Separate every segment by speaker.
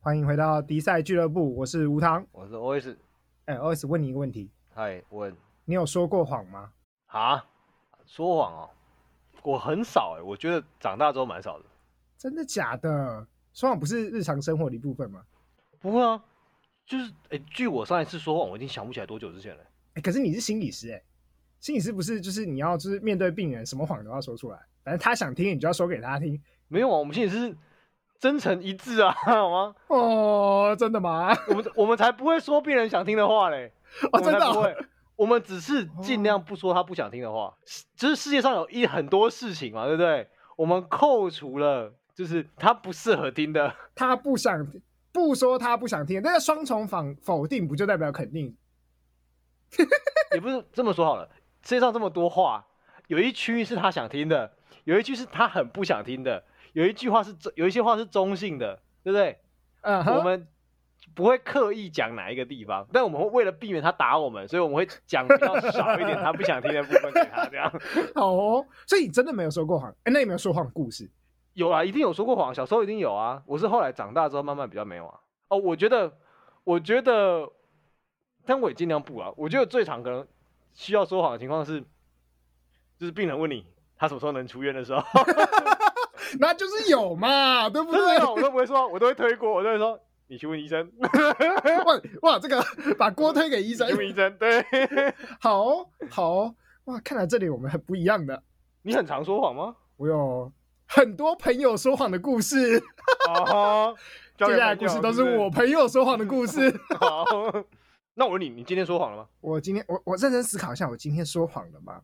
Speaker 1: 欢迎回到迪赛俱乐部，我是吴糖。
Speaker 2: 我是 OS，
Speaker 1: 哎，OS 问你一个问题，
Speaker 2: 嗨，问
Speaker 1: 你有说过谎吗？
Speaker 2: 啊，说谎哦，我很少哎、我觉得长大之后蛮少的。
Speaker 1: 真的假的？说谎不是日常生活的一部分吗？
Speaker 2: 不会啊，就是哎、据我上一次说谎，我已经想不起来多久之前了。
Speaker 1: 哎，可是你是心理师哎，心理师不是就是你要就是面对病人，什么谎都要说出来，反正他想听你就要说给他听。
Speaker 2: 没有啊，我们心里是真诚一致啊， 好吗？
Speaker 1: 哦，真的吗？
Speaker 2: 我们我们才不会说病人想听的话嘞，
Speaker 1: 哦，
Speaker 2: 我
Speaker 1: 真
Speaker 2: 们
Speaker 1: 的
Speaker 2: 才不
Speaker 1: 哦、
Speaker 2: 会。我们只是尽量不说他不想听的话，是就是世界上有一很多事情嘛，对不对？我们扣除了就是他不适合听的，
Speaker 1: 他不想不说他不想听，那个双重否否定不就代表肯定？
Speaker 2: 也不是这么说好了，世界上这么多话，有一区是他想听的，有一区是他很不想听的，有一句话是中有一些话是中性的，对不对？
Speaker 1: 嗯哼，
Speaker 2: 我们不会刻意讲哪一个地方，但我们会为了避免他打我们，所以我们会讲比较少一点他不想听的部分给他。这样
Speaker 1: 好哦，所以你真的没有说过谎？哎，那有没有说谎故事？
Speaker 2: 有啊，一定有说过谎，小时候一定有啊。我是后来长大之后慢慢比较没有啊。哦，我觉得，我觉得，但我也尽量不啊。我觉得最常可能需要说谎的情况是，就是病人问你他什么时候能出院的 时候，
Speaker 1: 那就是有嘛，对不
Speaker 2: 真的
Speaker 1: 对？
Speaker 2: 有我都不会说，我都会推锅，我都会说你去问医生，
Speaker 1: 哇哇，这个把锅推给医
Speaker 2: 你
Speaker 1: 生
Speaker 2: 去，问医生。 对，
Speaker 1: 好哦好哦哇，看来这里我们很不一样的。
Speaker 2: 你很常说谎吗？
Speaker 1: 我有很多朋友说谎的故事，
Speaker 2: 哦，
Speaker 1: 接
Speaker 2: 交给
Speaker 1: 下来
Speaker 2: 朋
Speaker 1: 故
Speaker 2: 友
Speaker 1: 事都是
Speaker 2: 是不是
Speaker 1: 我朋友说谎的故 事。
Speaker 2: 好，那我问你，你今天说谎了吗？
Speaker 1: 我今天我我认真思考一下，我今天说谎了吗？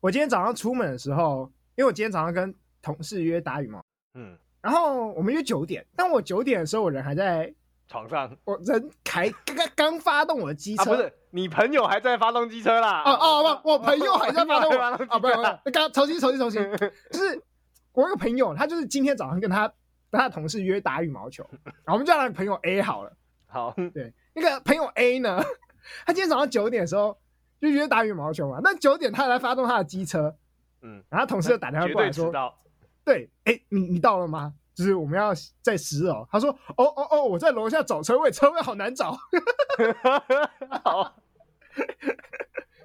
Speaker 1: 我今天早上出门的时候，因为我今天早上跟同事约打羽毛，
Speaker 2: 嗯，
Speaker 1: 然后我们约九点，但我九点的时候我人还在，
Speaker 2: 床上
Speaker 1: 我人还刚刚刚发动我的机车，
Speaker 2: 啊，不是你朋友还在发动机车啦？
Speaker 1: 哦哦不，我朋友还在发动我
Speaker 2: 发 动
Speaker 1: 啊，不是
Speaker 2: 机车
Speaker 1: 不是，刚刚重新重新 重新，就是我有个朋友，他就是今天早上跟他跟他同事约打羽毛 球，然后我们叫他朋友 A 好了。
Speaker 2: 好，
Speaker 1: 对，那个朋友 A 呢，他今天早上九点的时候就约打羽毛球嘛，那九点他来发动他的机车，
Speaker 2: 嗯，
Speaker 1: 然后他同事就打电话
Speaker 2: 绝
Speaker 1: 过来
Speaker 2: 对迟
Speaker 1: 说，
Speaker 2: 到。
Speaker 1: 对，哎、你你到了吗？就是我们要在十楼，他说，哦哦哦，我在楼下找车位，车位好难找，
Speaker 2: 好，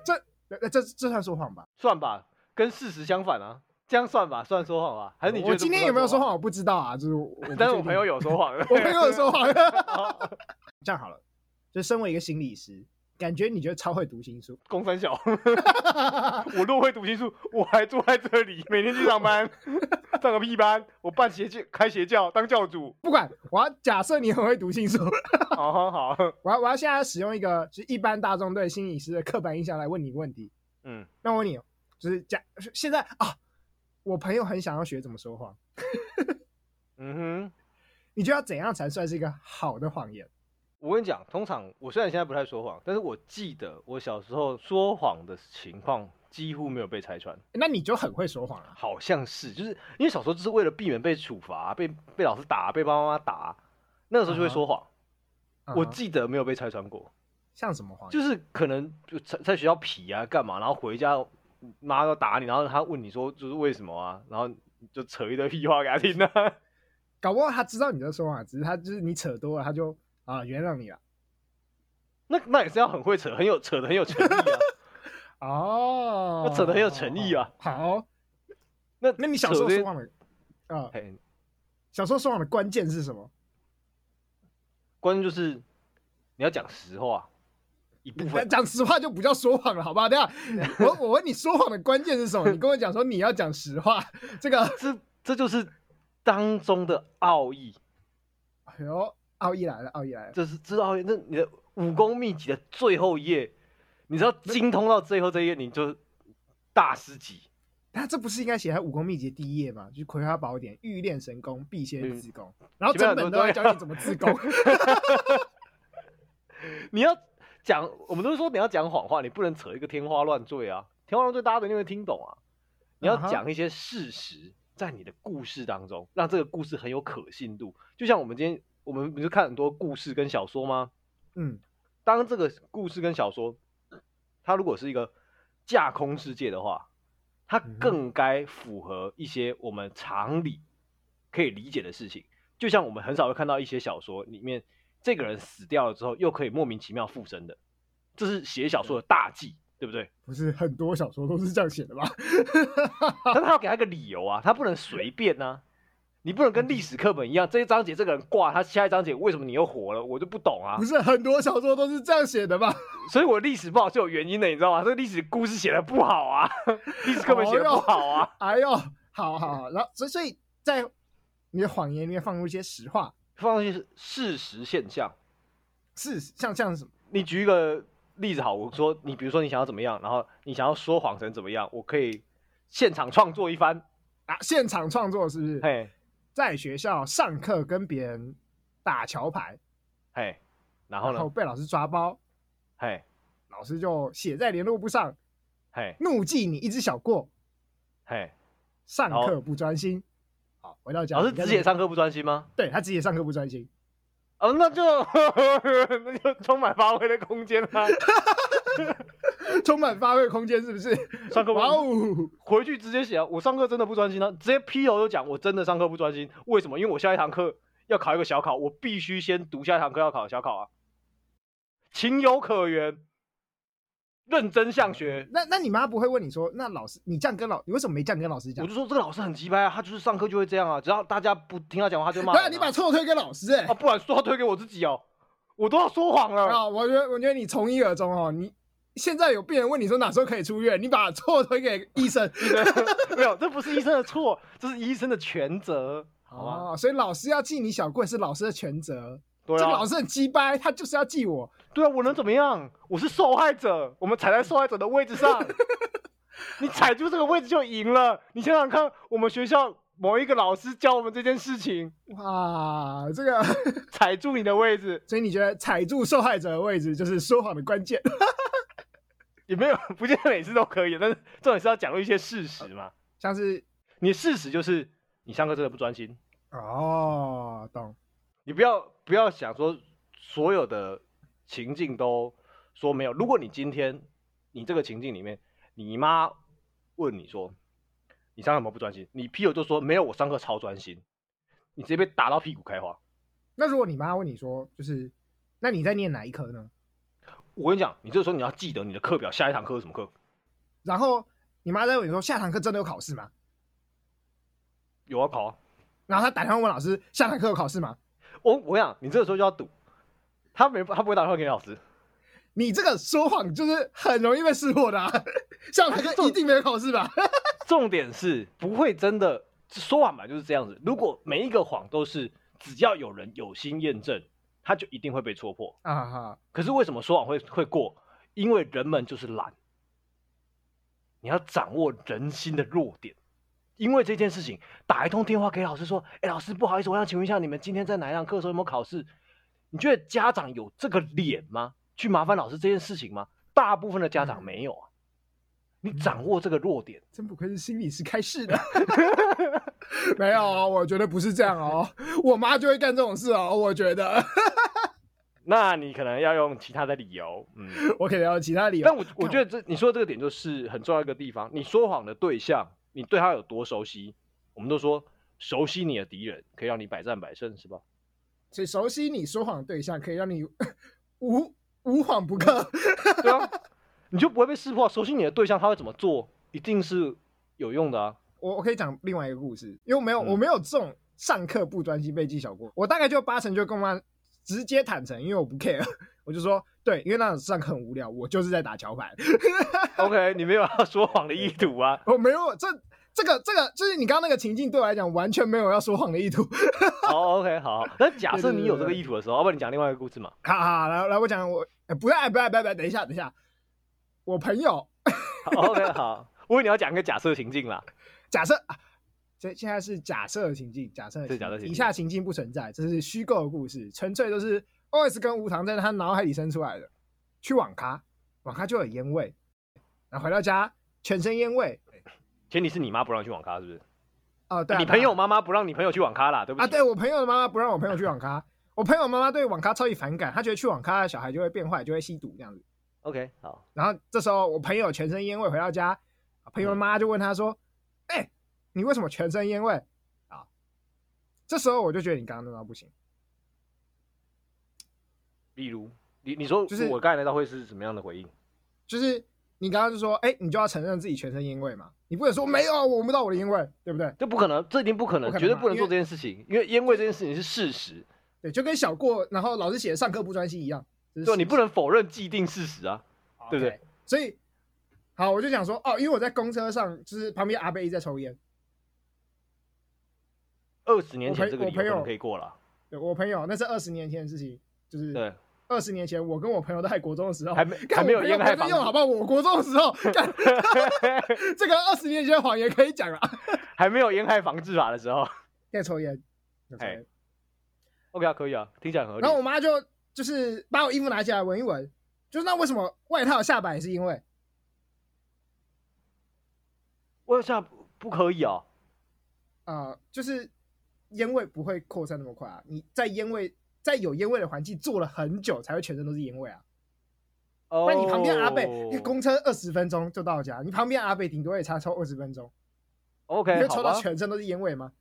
Speaker 1: 这这这算说谎吧？
Speaker 2: 算吧，跟事实相反啊，这样算吧，算说谎吧？还是你觉得
Speaker 1: 我今天有没有
Speaker 2: 这
Speaker 1: 说
Speaker 2: 不算
Speaker 1: 谎？我不知道啊，就是我，
Speaker 2: 谎？但是我朋友
Speaker 1: 有，
Speaker 2: 有说谎，啊
Speaker 1: 我朋友有说谎。
Speaker 2: 好
Speaker 1: 这样好了，就身为一个心理师，感觉你觉得超会读心术，
Speaker 2: 公三小，我若会读心术，我还坐在这里，每天去上班，上个屁班，我办邪教，开邪教，当教主。
Speaker 1: 不管我要假设你很会读心术，
Speaker 2: 好好好，
Speaker 1: 我要我要现在使用一个就是一般大众对心理师的刻板印象来问你一个问题。
Speaker 2: 嗯，
Speaker 1: 那我问你，哦就是假现在啊，我朋友很想要学怎么说谎，
Speaker 2: 嗯哼，
Speaker 1: 你觉得要怎样才算是一个好的谎言？
Speaker 2: 我跟你讲，通常我虽然现在不太说谎，但是我记得我小时候说谎的情况几乎没有被拆穿，
Speaker 1: 那你就很会说谎了。
Speaker 2: 好像是，就是因为小时候就是为了避免被处罚、被被老师打、被爸爸妈妈打，那个时候就会说谎。
Speaker 1: 嗯
Speaker 2: 我
Speaker 1: 嗯哼
Speaker 2: 记得没有被拆穿过，
Speaker 1: 像什么谎言？
Speaker 2: 就是可能就在在学校皮啊干嘛，然后回家妈要打你，然后他问你说就是为什么啊，然后你就扯一堆屁话给他听啊。
Speaker 1: 搞不好他知道你在说谎，只是他就是你扯多了，他就啊原谅你了。
Speaker 2: 那那也是要很会扯，很有扯的很有诚意啊。
Speaker 1: 哦，
Speaker 2: 那扯得很有诚意啊。
Speaker 1: 好，
Speaker 2: 那
Speaker 1: 那你小时候
Speaker 2: 扯这
Speaker 1: 说
Speaker 2: 些
Speaker 1: 谎的啊、
Speaker 2: 嘿
Speaker 1: 小时候说谎的关键是什么？
Speaker 2: 关键就是你要讲实话，一部分
Speaker 1: 讲实话就不叫说谎了，好不好？等一下， 我我问你说谎的关键是什么？你跟我讲说你要讲实话， 这个
Speaker 2: 这这就是当中的奥义，
Speaker 1: 哎呦，奥义来了，奥义来了。
Speaker 2: 这是这是奥义，那你的武功秘籍的最后一页，你知道精通到最后这一页，你就大师级。
Speaker 1: 他这不是应该写在武功秘籍第一页吗？就是《葵花宝典》，欲练神功，必先自宫。
Speaker 2: 嗯
Speaker 1: 然后整本都在教你怎么自宫。
Speaker 2: 你要讲，我们都是说你要讲谎话，你不能扯一个天花乱坠啊！天花乱坠大家都一定会听懂啊。你要
Speaker 1: 啊哈
Speaker 2: 讲一些事实，在你的故事当中，让这个故事很有可信度。就像我们今天，我们不是看很多故事跟小说吗？
Speaker 1: 嗯，
Speaker 2: 当这个故事跟小说，它如果是一个架空世界的话，它
Speaker 1: 嗯
Speaker 2: 更该符合一些我们常理可以理解的事情。就就像我们很少会看到一些小说里面，这个人死掉了之后又可以莫名其妙复生的，这是写小说的大忌，对不对？
Speaker 1: 不是很多小说都是这样写的吧？
Speaker 2: 但他要给他一个理由啊，他不能随便啊。你不能跟历史课本一样，这一章节这个人挂，他下一章节为什么你又活了，我就不懂啊
Speaker 1: 不。是很多小说都是这样写的吧？
Speaker 2: 所以我历史不好是有原因的，你知道吗？这个历史故事写的不好啊， 历史课本写的不好啊。
Speaker 1: 哎呦，好好好，然后所以所以在你的谎言里面放入一些实话，
Speaker 2: 放进去事实现象，
Speaker 1: 是像像什么？
Speaker 2: 你举一个例子好，我说你比如说你想要怎么样，然后你想要说谎成怎么样，我可以现场创作一番。
Speaker 1: 啊，现场创作是不是？
Speaker 2: 嘿，
Speaker 1: 在学校上课跟别人打桥牌，
Speaker 2: 嘿，然后
Speaker 1: 然
Speaker 2: 呢？
Speaker 1: 后被老师抓包，
Speaker 2: 嘿，
Speaker 1: 老师就写在联络簿上，
Speaker 2: 嘿，
Speaker 1: 怒记你一只小过，
Speaker 2: 嘿，
Speaker 1: 上课不专心。好，回到家，
Speaker 2: 老师
Speaker 1: 你看
Speaker 2: 只
Speaker 1: 这
Speaker 2: 写
Speaker 1: 个，
Speaker 2: 上课不专心吗？
Speaker 1: 对他只写上课不专心，
Speaker 2: 哦， 那就那就 充满发挥的空间啊啦、
Speaker 1: 充满发挥空间，是不是？
Speaker 2: 上课不
Speaker 1: 哇哦，
Speaker 2: 回去直接写、啊，我上课真的不专心啊，直接劈头就讲我真的上课不专心。为什么？因为我下一堂课要考一个小考，我必须先读下一堂课要考的小考啊，情有可原。认真上学，
Speaker 1: 那那你妈不会问你说，那老师你这样跟老，你为什么没这样跟老师
Speaker 2: 我
Speaker 1: 讲？
Speaker 2: 就说这个老师很鸡掰啊，他就是上课就会这样啊，只要大家不听他讲话，他就骂 人啊、
Speaker 1: 那你把错推给老师哎、
Speaker 2: 啊，不然说推给我自己哦，我都要说谎了。
Speaker 1: 啊，我觉得我觉得你从一而终哦，你现在有病人问你说哪时候可以出院，你把错推给医生
Speaker 2: 没有，这不是医生的错，这是医生的全责，好吗？
Speaker 1: 哦，所以老师要记你小棍是老师的全责。
Speaker 2: 对
Speaker 1: 这个
Speaker 2: 啊
Speaker 1: 老，师很鸡掰，他就是要记我。
Speaker 2: 对啊，我能怎么样？我是受害者，我们踩在受害者的位置上，你踩住这个位置就赢了。你想想看，我们学校某一个老师教我们这件事情，
Speaker 1: 哇，这个，
Speaker 2: 踩住你的位置
Speaker 1: 所以你觉得踩住受害者的位置就是说谎的关键？
Speaker 2: 也没有，不见得每次都可以，但是重点是要讲述一些事实嘛。
Speaker 1: 像是
Speaker 2: 你事实就是你上课真的不专心，
Speaker 1: 哦，懂，
Speaker 2: 你不要不要想说所有的情境都说没有。如果你今天你这个情境里面，你妈问你说你上课有没有不专心，你屁友就说没有，我上课超专心，你直接被打到屁股开花。
Speaker 1: 那如果你妈问你说，就是那你在念哪一科呢？
Speaker 2: 我跟你讲，你这个时候你要记得你的课表，下一堂课是什么课？
Speaker 1: 然后你妈在问你说下堂课真的有考试吗？
Speaker 2: 有要考啊、
Speaker 1: 然后她打电话问老师下堂课有考试吗？
Speaker 2: 我我跟你讲，你这个时候就要赌，他没他不会打电话给老师，
Speaker 1: 你这个说谎就是很容易被识破的、啊， 下堂 课一定没有考试吧？
Speaker 2: 重点是不会真的说谎吧，就是这样子。如果每一个谎都是只要有人有心验证，他就一定会被戳破。
Speaker 1: 啊哈，
Speaker 2: 可是为什么说谎会会过？因为人们就是懒。你要掌握人心的弱点，因为这件事情打一通电话给老师说：“哎，老师，不好意思，我想请问一下，你们今天在哪一堂课的时候有没有考试？”你觉得家长有这个脸吗？去麻烦老师这件事情吗？大部分的家长没有啊。你掌握这个弱点，
Speaker 1: 真不愧是心理师开示的。 没有哦，我觉得不是这样哦，我妈就会干这种事哦，我觉得
Speaker 2: 那你可能要用其他的理由，嗯。
Speaker 1: 我可能 有其他理由。
Speaker 2: 但我我觉得这你说的这个点就是很重要一个地方，你说谎的对象，你对他有多熟悉？我们都说熟悉你的敌人可以让你百战百胜，是吧？
Speaker 1: 所以熟悉你说谎的对象，可以让你 无无谎不克。
Speaker 2: 对啊，你就不会被识破。熟悉你的对象他会怎么做，一定是有用的啊。
Speaker 1: 我我可以讲另外一个故事，因为我没有、
Speaker 2: 嗯
Speaker 1: 我没有这种上课不专心被记小过，我大概就八成就跟我妈直接坦诚，因为我不 care，我 就说对，因为那上课很无聊，我就是在打桥牌，
Speaker 2: OK，你没有要说谎的意图啊。
Speaker 1: 我没有这这个这个就是你刚刚那个情境对我来讲完全没有要说谎的意图。
Speaker 2: 好，OK，好。那假
Speaker 1: 对对
Speaker 2: 设
Speaker 1: 对
Speaker 2: 你有这个意图的时候，要不然你讲另外一个故事嘛？
Speaker 1: 好好，来来，我讲我、哎不要哎不要不要不要，等一下等一下，我朋友
Speaker 2: 好 OK，好。我以为你要讲一个假设情境啦。
Speaker 1: 假设啊，这现在是假设的情境，假设的
Speaker 2: 是假设情境
Speaker 1: 以下情境不存在，这是虚构的故事，纯粹都是 OS 跟无糖在他脑海里生出来的。去网咖，网咖就有烟味，然后回到家全身烟味。
Speaker 2: 前提是你妈不让你去网咖，是不是？
Speaker 1: 哦、对啊、
Speaker 2: 你朋友妈妈不让你朋友去网咖啦，对不
Speaker 1: 啊，
Speaker 2: 起。
Speaker 1: 对我朋友的妈妈不让我朋友去网咖，我朋友妈妈对网咖超级反感，她觉得去网咖的小孩就会变坏，就会吸毒这样子。
Speaker 2: OK，好。
Speaker 1: 然后这时候我朋友全身烟味回到家，
Speaker 2: 嗯
Speaker 1: 朋友的妈就问他说：“哎、你为什么全身烟味？”啊，这时候我就觉得你刚刚那招不行，
Speaker 2: 例如，你你说
Speaker 1: 就是
Speaker 2: 我刚才那道会是什么样的回应？
Speaker 1: 就是你刚刚就说，哎、你就要承认自己全身烟味嘛，你不能说没有，我闻不到我的烟味，对不对？
Speaker 2: 这不可能，这一定不可能，
Speaker 1: 不可能
Speaker 2: 绝对
Speaker 1: 嘛
Speaker 2: 不能
Speaker 1: 因
Speaker 2: 做
Speaker 1: 为
Speaker 2: 这件事情，因为烟味这件事情是事实，
Speaker 1: 对，就跟小过，然后老师写的上课不专心一样，就是
Speaker 2: 对，你不能否认既定事实啊。对不对
Speaker 1: OK，所以，好，我就想说，哦，因为我在公车上，就是旁边阿贝一直在抽烟，
Speaker 2: 二十年前
Speaker 1: 我朋
Speaker 2: 这个理
Speaker 1: 我
Speaker 2: 由
Speaker 1: 朋
Speaker 2: 可
Speaker 1: 友
Speaker 2: 能可以过了，
Speaker 1: 对我朋友，那是二十年前的事情，就是
Speaker 2: 对，
Speaker 1: 二十年前我跟我朋友在国中的时候，
Speaker 2: 还没
Speaker 1: 干
Speaker 2: 还没有
Speaker 1: 我朋友
Speaker 2: 烟害
Speaker 1: 不要
Speaker 2: 防
Speaker 1: 再用好
Speaker 2: 治，
Speaker 1: 不好？我国中的时候， 干这个二十年前的谎言可以讲了，
Speaker 2: 还没有烟害防治法的时候
Speaker 1: 在抽烟，在抽
Speaker 2: 哎
Speaker 1: 烟
Speaker 2: ，OK 啊，可以啊，听起来很合理
Speaker 1: 然后。我妈就就是把我衣服拿起来闻一闻，就是那为什么外套下摆是因为
Speaker 2: 我下不不可以哦，
Speaker 1: 啊、呃就是烟味不会扩散那么快啊，你在烟味在有烟味的环境坐了很久，才会全身都是烟味啊。
Speaker 2: 哦，
Speaker 1: 不然你旁边阿贝，你公车二十分钟就到家，你旁边阿贝顶多也差抽二十分钟，你
Speaker 2: OK
Speaker 1: 会
Speaker 2: 好
Speaker 1: 抽
Speaker 2: 吧
Speaker 1: 到，全身都是烟味吗？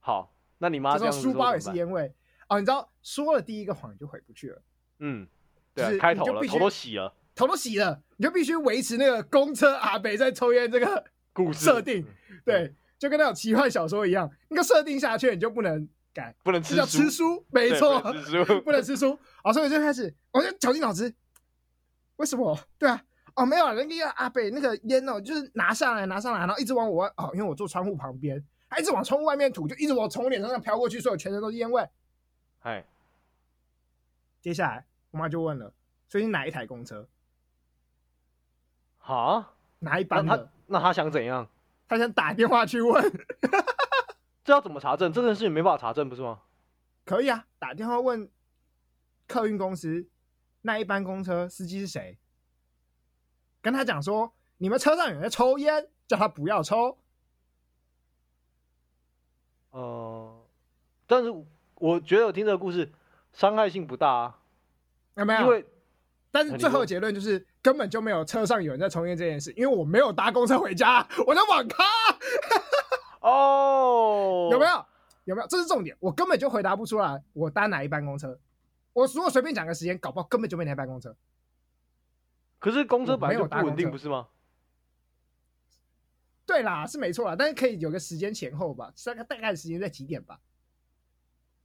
Speaker 2: 好，那你妈
Speaker 1: 这
Speaker 2: 这
Speaker 1: 时
Speaker 2: 样
Speaker 1: 候
Speaker 2: 子
Speaker 1: 书
Speaker 2: 说
Speaker 1: 包也
Speaker 2: 怎
Speaker 1: 是
Speaker 2: 么办，
Speaker 1: 烟味哦。你知道说了第一个谎你就回不去了，
Speaker 2: 嗯，对啊
Speaker 1: 就是，
Speaker 2: 开
Speaker 1: 你
Speaker 2: 头
Speaker 1: 就
Speaker 2: 了，
Speaker 1: 必
Speaker 2: 头
Speaker 1: 须
Speaker 2: 都洗了，
Speaker 1: 头都洗了，你就必须维持那个公车阿北在抽烟这个
Speaker 2: 故事
Speaker 1: 设定，对，就跟那种奇幻小说一样，那个设定下去你就不能改，
Speaker 2: 不能
Speaker 1: 这
Speaker 2: 吃
Speaker 1: 叫吃书，没
Speaker 2: 对
Speaker 1: 错，
Speaker 2: 不能 吃书
Speaker 1: 不能吃书。啊，所以我就开始，我就绞尽脑汁，为什么？对啊，哦，没有啊，那个阿北那个烟哦，就是拿上来，拿上来，然后一直往我哦，因为我坐窗户旁边，他一直往窗户外面吐，就一直往从我脸上上飘过去，所以我全身都是烟味。
Speaker 2: 哎，
Speaker 1: 接下来我妈就问了，所以你哪一台公车，
Speaker 2: 好，
Speaker 1: 哪一
Speaker 2: 那
Speaker 1: 班
Speaker 2: 他
Speaker 1: 的？
Speaker 2: 那哦他想怎样？
Speaker 1: 她想打电话去问，
Speaker 2: 这要怎么查证？这件事情没办法查证，不是吗？
Speaker 1: 可以啊，打电话问客运公司那一班公车司机是谁，跟他讲说你们车上有人在抽烟，叫他不要抽。
Speaker 2: 呃，但是我觉得我听这个故事伤害性不大啊，
Speaker 1: 有没有？
Speaker 2: 因为
Speaker 1: 但是
Speaker 2: 呃
Speaker 1: 最
Speaker 2: 你
Speaker 1: 后
Speaker 2: 说
Speaker 1: 的结论就是根本就没有车上有人在抽烟这件事，因为我没有搭公车回家，我在网咖，
Speaker 2: 哦，
Speaker 1: 有没？有？有没有？这是重点，我根本就回答不出来，我搭哪一班公车？我如果随便讲个时间，搞不好根本就没那班公车。
Speaker 2: 可是公车
Speaker 1: 我
Speaker 2: 本
Speaker 1: 没
Speaker 2: 来就
Speaker 1: 有
Speaker 2: 不
Speaker 1: 搭
Speaker 2: 稳
Speaker 1: 公
Speaker 2: 定，
Speaker 1: 车
Speaker 2: 不是吗？
Speaker 1: 对啦，是没错啦，但是可以有个时间前后吧，大概大概时间在几点吧？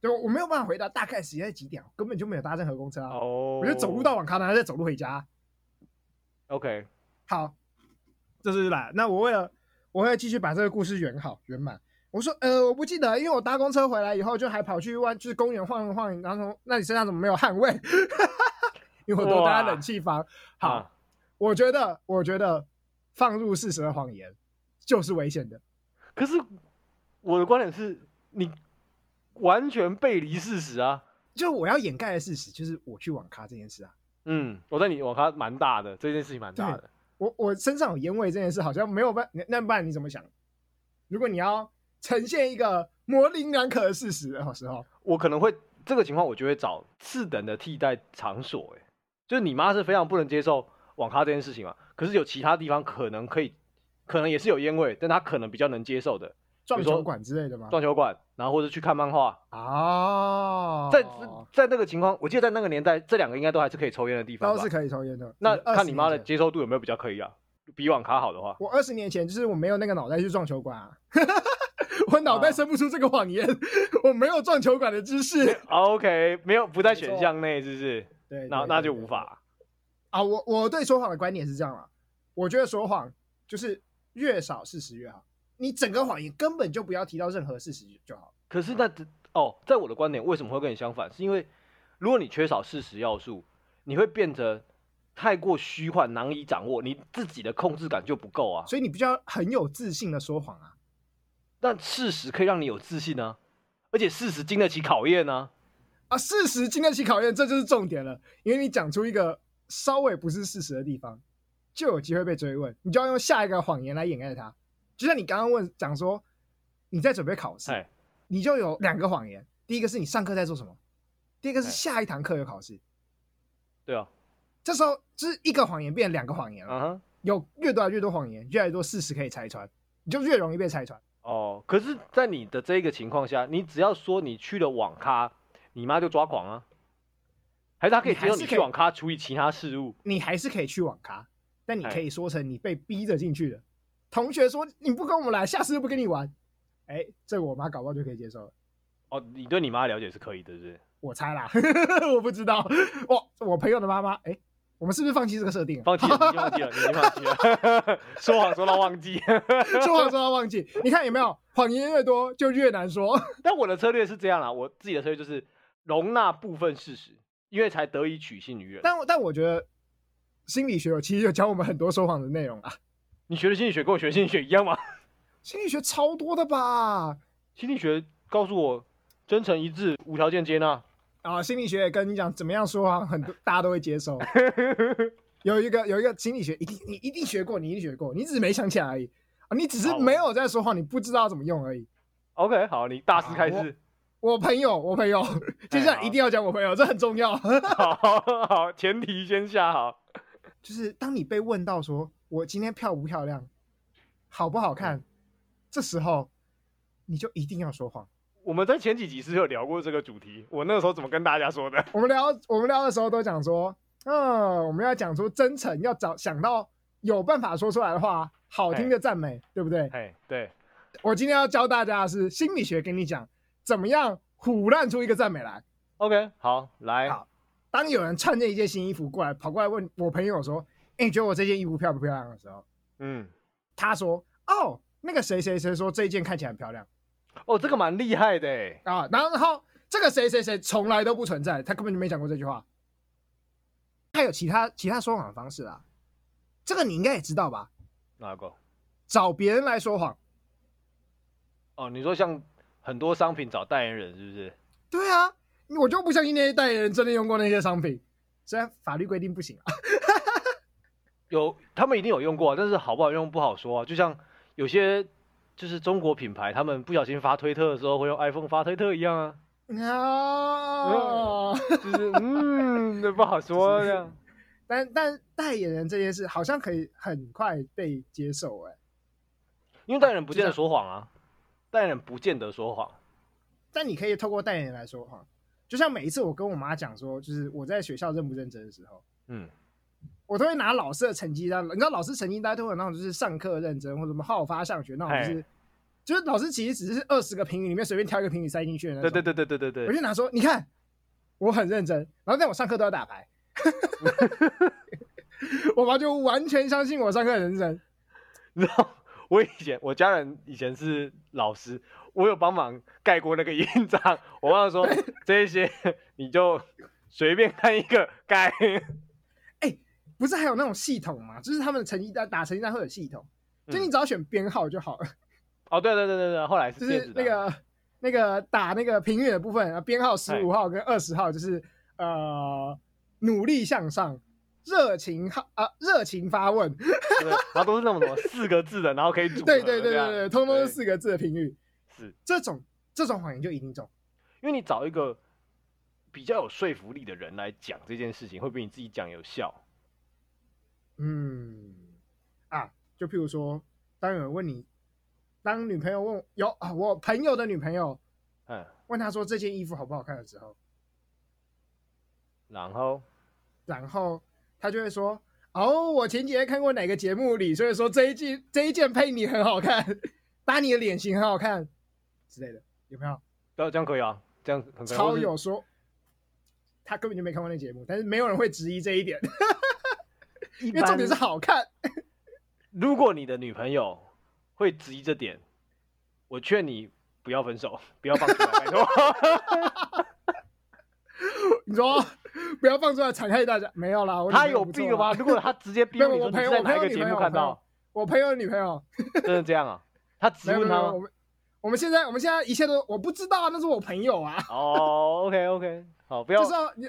Speaker 1: 对，我没有办法回答大概时间在几点，我根本就没有搭任何公车啊，
Speaker 2: 哦，
Speaker 1: 我就走路到网咖，然后再走路回家啊、
Speaker 2: OK，
Speaker 1: 好，这就是啦。那我为了我会继续把这个故事圆好圆满。我说呃，我不记得，因为我搭公车回来以后，就还跑去外就是公园晃一晃，然后说那你身上怎么没有汗味？ 因为我都
Speaker 2: 哇
Speaker 1: 搭冷气房。好，
Speaker 2: 啊
Speaker 1: 我觉得我觉得放入事实的谎言就是危险的。
Speaker 2: 可是我的观点是你完全背离事实啊。
Speaker 1: 就我要掩盖的事实就是我去网咖这件事啊，
Speaker 2: 嗯，我在你网咖蛮大的，这件事情蛮大的。
Speaker 1: 我我身上有烟味这件事好像没有办，那那不然你怎么想？如果你要呈现一个模棱两可的事实的时候，
Speaker 2: 我可能会这个情况，我就会找次等的替代场所、欸。就是你妈是非常不能接受网咖这件事情嘛，可是有其他地方可能可以，可能也是有烟味，但她可能比较能接受的，
Speaker 1: 撞
Speaker 2: 说
Speaker 1: 球馆之类的吗？
Speaker 2: 撞球馆，然后或者去看漫画。
Speaker 1: 哦，
Speaker 2: 在在那个情况，我记得在那个年代，这两个应该都还是可以抽烟的地方吧。
Speaker 1: 都是可以抽烟的。
Speaker 2: 那
Speaker 1: 就是20
Speaker 2: 看你妈的
Speaker 1: 年前，
Speaker 2: 接受度有没有比较可以啊？比网咖好的话，
Speaker 1: 我二十年前就是我没有那个脑袋去撞球馆、啊， 我脑袋
Speaker 2: 啊
Speaker 1: 生不出这个谎言， 我没有撞球馆的知识。
Speaker 2: OK，没有不在
Speaker 1: 没错
Speaker 2: 选项内，是不是？
Speaker 1: 对，
Speaker 2: 那
Speaker 1: 对
Speaker 2: 那
Speaker 1: 对
Speaker 2: 就
Speaker 1: 对
Speaker 2: 无法。
Speaker 1: 啊。我我对说谎的观点是这样了，我觉得说谎就是越少事实越好，你整个谎言根本就不要提到任何事实就好。
Speaker 2: 可是那只哦，在我的观点，为什么会跟你相反？是因为如果你缺少事实要素，你会变成太过虚幻，难以掌握，你自己的控制感就不够啊。
Speaker 1: 所以你必须要很有自信的说谎啊。
Speaker 2: 但事实可以让你有自信啊，而且事实经得起考验啊。
Speaker 1: 啊，事实经得起考验，这就是重点了。因为你讲出一个稍微不是事实的地方，就有机会被追问，你就要用下一个谎言来掩盖它。就像你刚刚问讲说你在准备考试，
Speaker 2: 哎，
Speaker 1: 你就有两个谎言，第一个是你上课在做什么，第二个是
Speaker 2: 哎
Speaker 1: 下一堂课有考试。
Speaker 2: 对啊，
Speaker 1: 这时候就是一个谎言变两个谎言了，
Speaker 2: 嗯哼，
Speaker 1: 有越多来越多谎言，越来越多事实可以拆穿，你就越容易被拆穿。
Speaker 2: 哦，可是，在你的这个情况下，你只要说你去了网咖，你妈就抓狂啊。还是他可以
Speaker 1: 你
Speaker 2: 接
Speaker 1: 还
Speaker 2: 受
Speaker 1: 是
Speaker 2: 你
Speaker 1: 可
Speaker 2: 去
Speaker 1: 以
Speaker 2: 网咖处理其他事务？
Speaker 1: 你还是可以去网咖，但你
Speaker 2: 哎
Speaker 1: 可以说成你被逼着进去的。同学说你不跟我们来，下次就不跟你玩。哎，这个我妈搞不好就可以接受了，
Speaker 2: 哦，你对你妈了解是可以的，是不是？
Speaker 1: 我猜啦， 我不知道。我我朋友的妈妈，哎，我们是不是放弃这个设定了？
Speaker 2: 放弃了，你已经忘记了，你已经忘记了， 说谎说到忘记。
Speaker 1: 说话说到忘记，你看有没有谎言越多就越难说。
Speaker 2: 但我的策略是这样啦，我自己的策略就是容纳部分事实，因为才得以取信于人。
Speaker 1: 但但我觉得心理学有其实有教我们很多说谎的内容啊，
Speaker 2: 你学的心理学跟我学的心理学一样吗？
Speaker 1: 心理学超多的吧？
Speaker 2: 心理学告诉我，真诚一致，无条件接纳。
Speaker 1: 啊，心理学也跟你讲怎么样说谎，很多大家都会接 受。有一个有一个心理学，一定你一定学过，你一定学过，你只是没想起来而已啊，你只是
Speaker 2: 好哦
Speaker 1: 没有在说谎，你不知道怎么用而已。
Speaker 2: OK，好，你大师开
Speaker 1: 好
Speaker 2: 始。
Speaker 1: 我朋友，我朋友，接下来
Speaker 2: 好
Speaker 1: 一定要讲我朋友，这很重要。
Speaker 2: 哎好哦 好好，前提先下好。
Speaker 1: 就是当你被问到说我今天漂不漂亮，好不好
Speaker 2: 嗯
Speaker 1: 看，这时候你就一定要说谎。
Speaker 2: 我们在前几集是有聊过这个主题，我那个时候怎么跟大家说的？
Speaker 1: 我们聊我们聊的时候都讲说，嗯，我们要讲出真诚，要找想到有办法说出来的话，好听的赞美，对不对？
Speaker 2: 哎，对，
Speaker 1: 我今天要教大家的是心理学，跟你讲怎么样唬烂出一个赞美来。
Speaker 2: OK，好，来，
Speaker 1: 好当有人穿着一件新衣服过来，跑过来问我朋友说：“哎、你觉得我这件衣服漂不漂亮？”的时候，
Speaker 2: 嗯，
Speaker 1: 他说：“哦，那个谁谁谁说这一件看起来很漂亮。”
Speaker 2: 哦，这个蛮厉害的欸，
Speaker 1: 啊，然后然后这个谁谁谁从来都不存在，他根本就没讲过这句话。还有其他其他说谎的方式啦，这个你应该也知道吧？
Speaker 2: 哪个？
Speaker 1: 找别人来说谎，
Speaker 2: 哦，你说像很多商品找代言人是不是？
Speaker 1: 对啊，我就不相信那些代言人真的用过那些商品，虽然法律规定不行啊。
Speaker 2: 有，他们一定有用过、啊，但是好不好用不好说啊。就像有些就是中国品牌，他们不小心发推特的时候会用 iPhone 发推特一样啊，
Speaker 1: 啊、
Speaker 2: 就是嗯，那不好说这样。
Speaker 1: 但但代言人这件事好像可以很快被接受哎、
Speaker 2: 因为代言人不见得说谎啊，代言人不见得说谎。
Speaker 1: 但你可以透过代言人来说谎，就像每一次我跟我妈讲说，就是我在学校认不认真的时候。
Speaker 2: 嗯，
Speaker 1: 我都会拿老师的成绩单，你知道老师成绩单都会有那种就是上课认真或者什么好发向学那种，
Speaker 2: 哎
Speaker 1: 就是就是老师其实只是二十个评语里面随便挑一个评语塞进去的那
Speaker 2: 对
Speaker 1: 种。
Speaker 2: 对
Speaker 1: 对
Speaker 2: 对对对对
Speaker 1: 我
Speaker 2: 对，
Speaker 1: 就拿说，你看我很认真，然后但我上课都要打牌， 我妈就完全相信我上课很认真。
Speaker 2: 你知道我以前我家人以前是老师，我有帮忙盖过那个印章，我妈说这一些你就随便看一个盖。
Speaker 1: 不是还有那种系统吗？就是他们的成绩单打成绩单会有系统，
Speaker 2: 嗯
Speaker 1: 就你只要选编号就好了，
Speaker 2: 哦，对对对对对，后来是
Speaker 1: 就
Speaker 2: 电
Speaker 1: 是
Speaker 2: 子的啊
Speaker 1: 那个那个打那个评语的部分，啊，编号十五号跟二十号就是呃努力向上。热情好啊，热情发问，
Speaker 2: 对然后都是那种什么四个字的，然后可以组 合
Speaker 1: 对对对对
Speaker 2: 这样
Speaker 1: 对，对通通是
Speaker 2: 对
Speaker 1: 四个字的评语，
Speaker 2: 是，
Speaker 1: 这种这种谎言就一定中。
Speaker 2: 因为你找一个比较有说服力的人来讲这件事情，会比你自己讲有效。
Speaker 1: 嗯，啊，就譬如说，当有人问你，当女朋友问有啊，我朋友的女朋友
Speaker 2: 嗯，
Speaker 1: 问他说这件衣服好不好看的时候，
Speaker 2: 然后
Speaker 1: 然后他就会说：“哦，我前几天看过哪个节目里，所以说这一季这一件配你很好看， 搭你的脸型很好看之类的，有没有？
Speaker 2: 这样可以啊，这样很可以
Speaker 1: 超。
Speaker 2: 或
Speaker 1: 有
Speaker 2: 是
Speaker 1: 说，他根本就没看过那节目，但是没有人会质疑这一点，
Speaker 2: 一
Speaker 1: 因为重
Speaker 2: 般
Speaker 1: 点是好看。
Speaker 2: 如果你的女朋友会质疑这点，我劝你不要分手，不要放出来，拜托。
Speaker 1: 你说 不要放出来残害大家，没有啦，我女
Speaker 2: 他
Speaker 1: 朋
Speaker 2: 有
Speaker 1: 友不错
Speaker 2: 病了吧？
Speaker 1: 啦
Speaker 2: 如果他 直接逼
Speaker 1: 没有
Speaker 2: 问你
Speaker 1: 我
Speaker 2: 说你
Speaker 1: 朋友我
Speaker 2: 是在哪
Speaker 1: 朋友
Speaker 2: 一个
Speaker 1: 女
Speaker 2: 节
Speaker 1: 朋
Speaker 2: 目
Speaker 1: 友我
Speaker 2: 看
Speaker 1: 朋友
Speaker 2: 到，
Speaker 1: 我朋友的女朋友，
Speaker 2: 真的这样啊？他
Speaker 1: 没
Speaker 2: 质
Speaker 1: 有
Speaker 2: 问
Speaker 1: 没
Speaker 2: 他
Speaker 1: 有，我
Speaker 2: 吗？
Speaker 1: 们我们现在我们现在一切都我不知道啊，那是我朋友啊。”
Speaker 2: 哦，OK OK，好，不要
Speaker 1: 就是要你，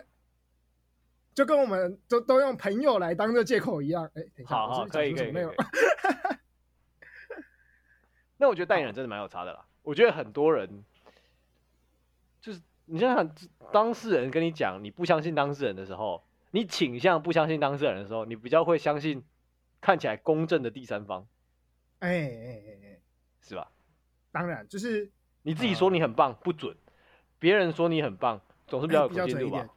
Speaker 1: 就跟我们都都用朋友来当这借口一样。哎，等一下，
Speaker 2: 好
Speaker 1: 我是
Speaker 2: 好，
Speaker 1: 不是讲
Speaker 2: 可以
Speaker 1: 出
Speaker 2: 可
Speaker 1: 什
Speaker 2: 以
Speaker 1: 么内
Speaker 2: 可以。
Speaker 1: 容
Speaker 2: 可以 那我觉得代言人真的蛮有差的啦。我觉得很多人就是你想想，当事人跟你讲你不相信当事人的时候，你倾向不相信当事人的时候，你比较会相信看起来公正的第三方，
Speaker 1: 哎哎哎哎，
Speaker 2: 是吧？
Speaker 1: 当然就是
Speaker 2: 你自己
Speaker 1: 嗯
Speaker 2: 说你很棒不准，别人说你很棒总是比较有
Speaker 1: 哎比较
Speaker 2: 可信
Speaker 1: 准
Speaker 2: 度
Speaker 1: 一
Speaker 2: 吧
Speaker 1: 点？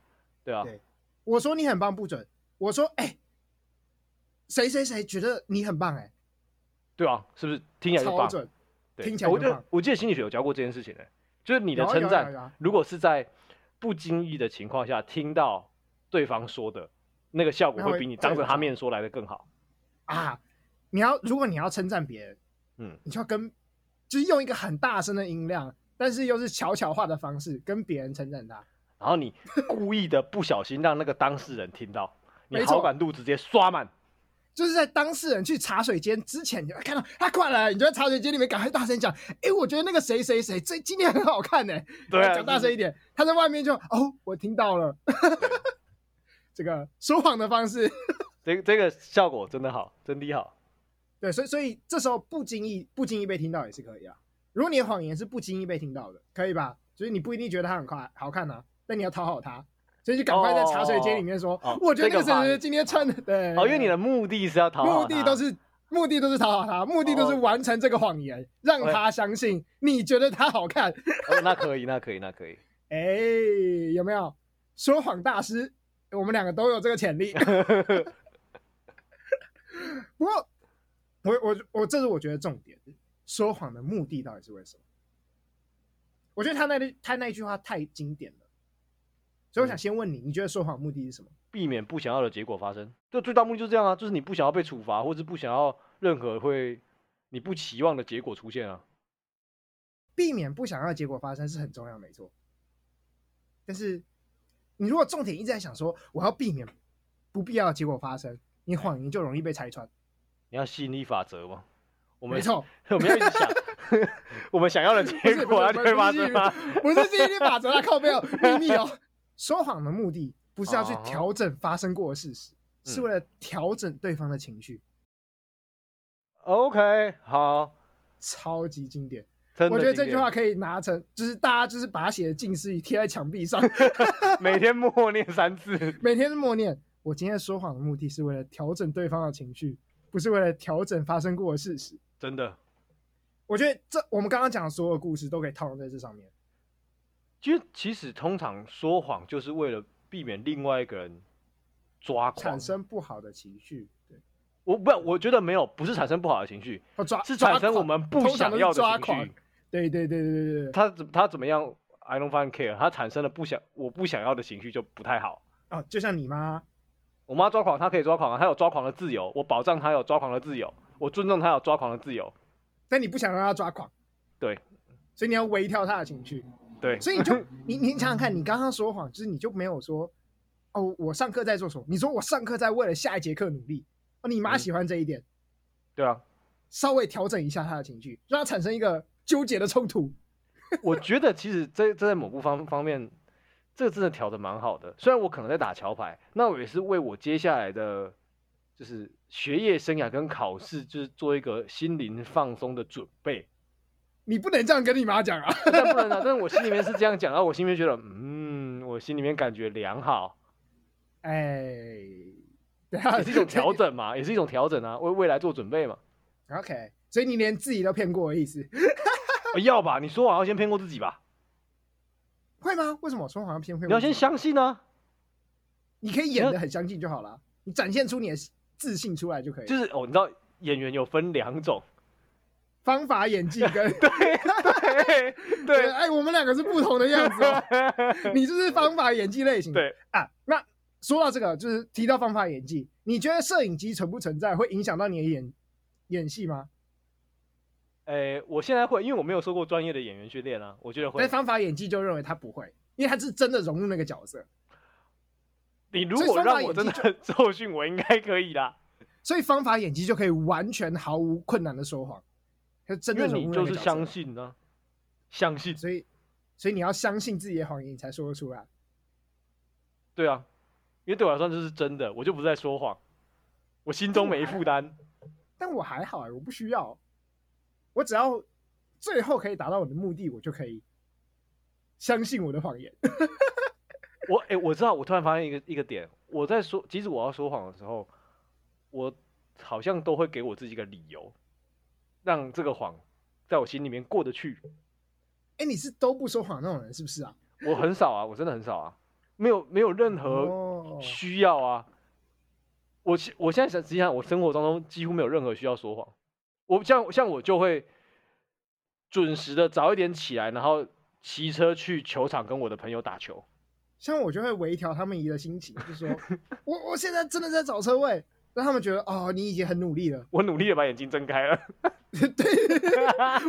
Speaker 2: 对啊，
Speaker 1: 对我说你很棒不准，我说哎，谁谁谁觉得你很棒哎、
Speaker 2: 对啊，是不是听起来就
Speaker 1: 超
Speaker 2: 棒？
Speaker 1: 准，
Speaker 2: 对，
Speaker 1: 听起来
Speaker 2: 我
Speaker 1: 就
Speaker 2: 记得
Speaker 1: 棒
Speaker 2: 我记得心理学有教过这件事情的、就是你的
Speaker 1: 有啊
Speaker 2: 称
Speaker 1: 有啊
Speaker 2: 赞
Speaker 1: 有啊
Speaker 2: 如果是在不经意的情况下听到对方说的那个效果，
Speaker 1: 那
Speaker 2: 会
Speaker 1: 会
Speaker 2: 比你当
Speaker 1: 更
Speaker 2: 着他
Speaker 1: 好
Speaker 2: 面说来的 更好。
Speaker 1: 啊！你要如果你要称赞别人，
Speaker 2: 嗯，
Speaker 1: 你就要跟就是用一个很大声的音量，但是又是悄悄话的方式跟别人称赞他。
Speaker 2: 然后你故意的不小心让那个当事人听 到，你
Speaker 1: 没
Speaker 2: 好
Speaker 1: 错
Speaker 2: 感度直接刷满。
Speaker 1: 就是在当事人去茶水间之前，你就看到他快来了，你就在茶水间里面赶快大声讲：“哎、我觉得那个谁谁谁这今天很好看呢、
Speaker 2: 对啊
Speaker 1: 哎讲大声一点。他在外面就哦，我听到 了。这个说谎的方式，
Speaker 2: 这这个效果真的好，真哦的好。
Speaker 1: 对，所以所以这时候不经意不经意被听到也是可以啊。如果你的谎言是不经意被听到的，可以吧？就是你不一定觉得他很快好看啊，但你要讨好他，所以就赶快在茶水间里面说：“
Speaker 2: 哦哦哦
Speaker 1: 我觉得那个
Speaker 2: 这个话
Speaker 1: 谁谁今天穿的对。”
Speaker 2: 哦，因为你的目的是要讨好
Speaker 1: 哎目的
Speaker 2: 他
Speaker 1: 都是目的都是讨好他，目的都是
Speaker 2: 哦
Speaker 1: 完成这个谎言，让
Speaker 2: 喂
Speaker 1: 他相信你觉得他好看。
Speaker 2: 哦那可以，那可以，那可以。
Speaker 1: 哎、有没有说谎大师？我们两个都有这个潜力。 不过，我我我这是我觉得重点，说谎的目的到底是为什么？我觉得他那句他那一句话太经典了，所以我想先问你，你觉得说谎目的是什么？
Speaker 2: 避免不想要的结果发生。就最大目的就是这样啊，就是你不想要被处罚，或是不想要任何会你不期望的结果出现啊。
Speaker 1: 避免不想要的结果发生是很重要，没错。但是你如果重点一直在想说我要避免不必要的结果发生，你谎言就容易被拆穿。
Speaker 2: 你要吸引力法则吗？我们
Speaker 1: 没，错，
Speaker 2: 我们要一直想我们想要的
Speaker 1: 不是
Speaker 2: 结
Speaker 1: 不
Speaker 2: 果，它
Speaker 1: 是
Speaker 2: 就
Speaker 1: 不
Speaker 2: 会
Speaker 1: 是
Speaker 2: 发生吗？
Speaker 1: 不是吸引力法则啦，靠背哦，秘密哦。说谎的目的不是要去
Speaker 2: 哦
Speaker 1: 调整发生过的事实，
Speaker 2: 嗯
Speaker 1: 是为了调整对方的情绪，
Speaker 2: OK，好，
Speaker 1: 超级经典。
Speaker 2: 真的
Speaker 1: 我觉得这
Speaker 2: 经
Speaker 1: 句
Speaker 2: 典
Speaker 1: 话可以拿成，就是大家就是把它写的近似于贴在墙壁上，
Speaker 2: 每天默念三次。
Speaker 1: 每天默念：我今天说谎的目的是为了调整对方的情绪，不是为了调整发生过的事实。
Speaker 2: 真的，
Speaker 1: 我觉得这我们刚刚讲的所有故事都可以套用在这上面。
Speaker 2: 其实其实通常说谎就是为了避免另外一个人抓狂。
Speaker 1: 产生不好的情绪，对，
Speaker 2: 我不，我觉得没有，不是产生不好的情绪，
Speaker 1: 哦抓
Speaker 2: 是
Speaker 1: 抓
Speaker 2: 产生
Speaker 1: 狂
Speaker 2: 我们不
Speaker 1: 通常
Speaker 2: 想
Speaker 1: 都是
Speaker 2: 要的
Speaker 1: 抓
Speaker 2: 情
Speaker 1: 狂
Speaker 2: 绪。
Speaker 1: 对对对对对对对，
Speaker 2: 他怎他怎么样？I don't fucking care。他产生了不想我不想要的情绪就不太好。
Speaker 1: 哦，就像你妈，
Speaker 2: 我妈抓狂，她可以抓狂啊，她有抓狂的自由，我保障她有抓狂的自由，我尊重她有抓狂的自由。
Speaker 1: 但你不想让她抓狂，
Speaker 2: 对，
Speaker 1: 所以你要微调她的情绪，
Speaker 2: 对，
Speaker 1: 所以你 就你你想想看，你刚刚说谎，就是你就没有说哦，我上课在做什么？你说我上课在为了下一节课努力，哦，你妈
Speaker 2: 嗯
Speaker 1: 喜欢这一点，
Speaker 2: 对啊，
Speaker 1: 稍微调整一下她的情绪，让她产生一个纠结的冲突。
Speaker 2: 我觉得其实这这在某部方方面，这个真的调的蛮好的。虽然我可能在打桥牌，那我也是为我接下来的就是学业生涯跟考试，就是做一个心灵放松的准备。
Speaker 1: 你不能这样跟你妈讲啊！
Speaker 2: 但不能啊，但是我心里面是这样讲，然后我心里面觉得，嗯，我心里面感觉良好。
Speaker 1: 哎，对啊，
Speaker 2: 也是一种 调整嘛，也是一种调整啊，为未来做准备嘛。
Speaker 1: OK，所以你连自己都骗过的意思，
Speaker 2: 呃要吧，你说谎要先骗过自己吧，
Speaker 1: 会吗？为什么我说好像偏会？
Speaker 2: 你要先相信啊，
Speaker 1: 你可以演的很相信就好了，你展现出你的自信出来就可以了。
Speaker 2: 就是哦，你知道演员有分两种，
Speaker 1: 方法、演技跟
Speaker 2: 对 对
Speaker 1: 哎，我们两个是不同的样子、 哦。你就是方法演技类型。
Speaker 2: 对
Speaker 1: 啊，那说到这个，就是提到方法演技，你觉得摄影机存不存在会影响到你的演演戏吗？
Speaker 2: 哎，我现在会，因为我没有受过专业的演员训练啊，我觉得会
Speaker 1: 但。方法演技就认为他不会，因为他是真的融入那个角色，
Speaker 2: 你如
Speaker 1: 所以
Speaker 2: 果
Speaker 1: 双方
Speaker 2: 让我
Speaker 1: 演
Speaker 2: 真
Speaker 1: 技
Speaker 2: 的 受训，我应该可以啦，
Speaker 1: 所以方法演技就可以完全毫无困难的说谎，他真
Speaker 2: 因
Speaker 1: 的
Speaker 2: 为
Speaker 1: 融
Speaker 2: 你
Speaker 1: 入那
Speaker 2: 就
Speaker 1: 个
Speaker 2: 是
Speaker 1: 角
Speaker 2: 相
Speaker 1: 色。
Speaker 2: 信呢、相信，
Speaker 1: 所以，所以你要相信自己的谎言，你才说得出来。
Speaker 2: 对啊，因为对我来说这是真的，我就不是在说谎，我心中没负担。
Speaker 1: 但我还好、欸，我不需要，我只要最后可以达到我的目的，我就可以相信我的谎言。
Speaker 2: 我哎、我知道，我突然发现一个一个点，我在说，即使我要说谎的时候，我好像都会给我自己一个理由，让这个谎在我心里面过得去。
Speaker 1: 哎，你是都不说谎那种人是不是啊？
Speaker 2: 我很少啊，我真的很少啊，没有没有任何
Speaker 1: 哦，
Speaker 2: 需要啊。我现我现在想，实际上我生活当中几乎没有任何需要说谎。我像像我就会准时的早一点起来，然后骑车去球场跟我的朋友打球。
Speaker 1: 像我就会微调他们的心情，就说 我我现在真的在找车位，让他们觉得哦，你已经很努力了。
Speaker 2: 我努力的把眼睛睁开了。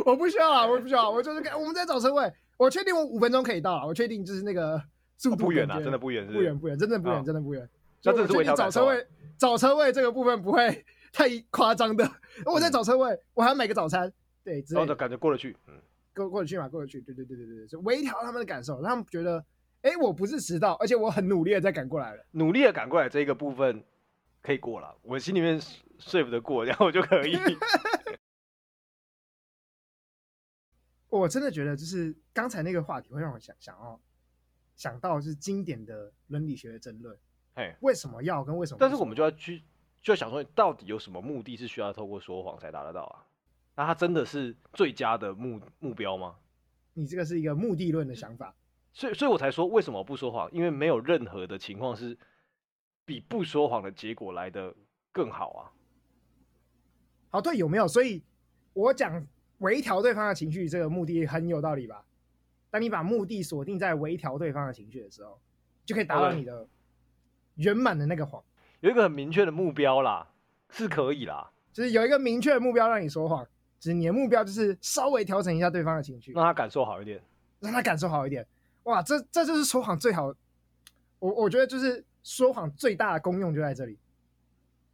Speaker 1: 我不需要啊，我不需要啊，我就是看我们在找车位，我确定我五分钟可以到了，我确定就是那个速度、
Speaker 2: 不远啊，真的不远，是
Speaker 1: 不远不远，真的不远，
Speaker 2: 啊
Speaker 1: 真的不远。
Speaker 2: 那
Speaker 1: 所以我
Speaker 2: 这是
Speaker 1: 确
Speaker 2: 微
Speaker 1: 定
Speaker 2: 调
Speaker 1: 找
Speaker 2: 感
Speaker 1: 车
Speaker 2: 受啊
Speaker 1: 位，找车位这个部分不会 太夸张的。我在找车位，我还要买个早餐，对，之
Speaker 2: 然后
Speaker 1: 类
Speaker 2: 就
Speaker 1: 的，
Speaker 2: 感觉过得去，嗯，
Speaker 1: 过过得去嘛，过得去，对对对对对对，就微调他们的感受，让他们觉得，哎，我不是迟到，而且我很努力的在赶过来了。
Speaker 2: 努力的赶过来这一个部分可以过了，我心里面说服得过，然后我就可以。
Speaker 1: 我真的觉得，就是刚才那个话题会让我想想要想到就是经典的伦理学的争论，
Speaker 2: 嘿，
Speaker 1: 为什么要跟为什么不？
Speaker 2: 但是我们就要去就要想说，到底有什么目的是需要透过说谎才达得到啊？那它真的是最佳的目目标吗？
Speaker 1: 你这个是一个目的论的想法，
Speaker 2: 所以，所以我才说为什么不说谎，因为没有任何的情况是比不说谎的结果来的更好啊。
Speaker 1: 好对，有没有？所以我讲微调对方的情绪这个目的很有道理吧？当你把目的锁定在微调对方的情绪的时候，就可以达到
Speaker 2: 对
Speaker 1: 你的圆满的那个谎，
Speaker 2: 有一个很明确的目标啦，是可以啦，
Speaker 1: 就是有一个明确的目标让你说谎，就是你的目标就是稍微调整一下对方的情绪
Speaker 2: 让，他感受好一点。
Speaker 1: 让他感受好一点。哇，这这就是说谎最好，我我觉得就是说谎最大的功用就在这里，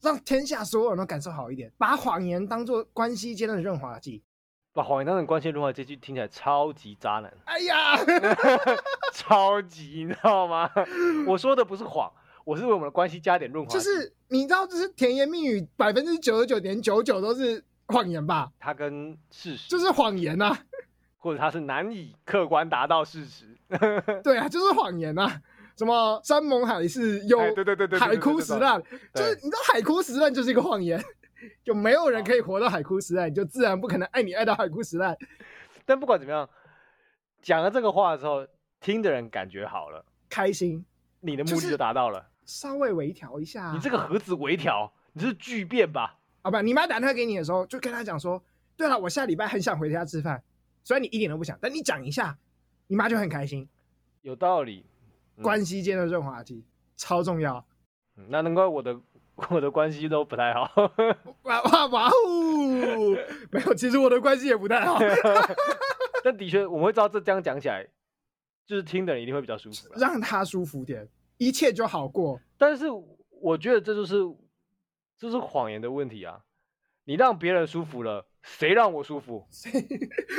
Speaker 1: 让天下所有人都感受好一点，把谎言当做关系间的润滑剂。
Speaker 2: 把谎言当成关系润滑剂，这句听起来超级渣男，
Speaker 1: 哎呀，
Speaker 2: 超级，你知道吗？ 我说的不是谎，我是为我们的关系加点润滑剂。
Speaker 1: 就是你知道，就是甜言蜜语百分之九十九点九九都是谎言吧？
Speaker 2: 它跟事实，
Speaker 1: 就是谎言啊呐、
Speaker 2: 或者它是难以客观达到事实。
Speaker 1: 对啊，就是谎言呐、什么山盟海誓有
Speaker 2: 哎对对对对，对
Speaker 1: 海枯石。烂，
Speaker 2: 对
Speaker 1: 就是你知道海枯石烂就是一个谎言， 就没有人可以活到海枯石烂，你就自然不可能爱你爱到海枯石烂。
Speaker 2: 对对对对但不管怎么样，讲了这个话之后，听的人感觉好了，
Speaker 1: 开心，
Speaker 2: 你的
Speaker 1: 就
Speaker 2: 目的
Speaker 1: 是
Speaker 2: 就达到了。
Speaker 1: 稍微微调一下啊。
Speaker 2: 你这个何止微调，你是巨变吧？
Speaker 1: 啊，不，你妈打电话给你的时候，就跟她讲说，对了，我下礼拜很想回家吃饭，虽然你一点都不想，但你讲一下，你妈就很开心。
Speaker 2: 有道理。嗯
Speaker 1: 关系间的润滑剂超重要。
Speaker 2: 嗯那难怪我的我的关系都不太好。
Speaker 1: 哇哇哇哦！ 没有，其实我的关系也不太 好，
Speaker 2: 但的确，我们会知道这这样讲起来，就是听的人一定会比较舒服啦。
Speaker 1: 让他舒服点，一切就好过。
Speaker 2: 但是我觉得这就是这是谎言的问题啊！你让别人舒服了，谁让我舒服？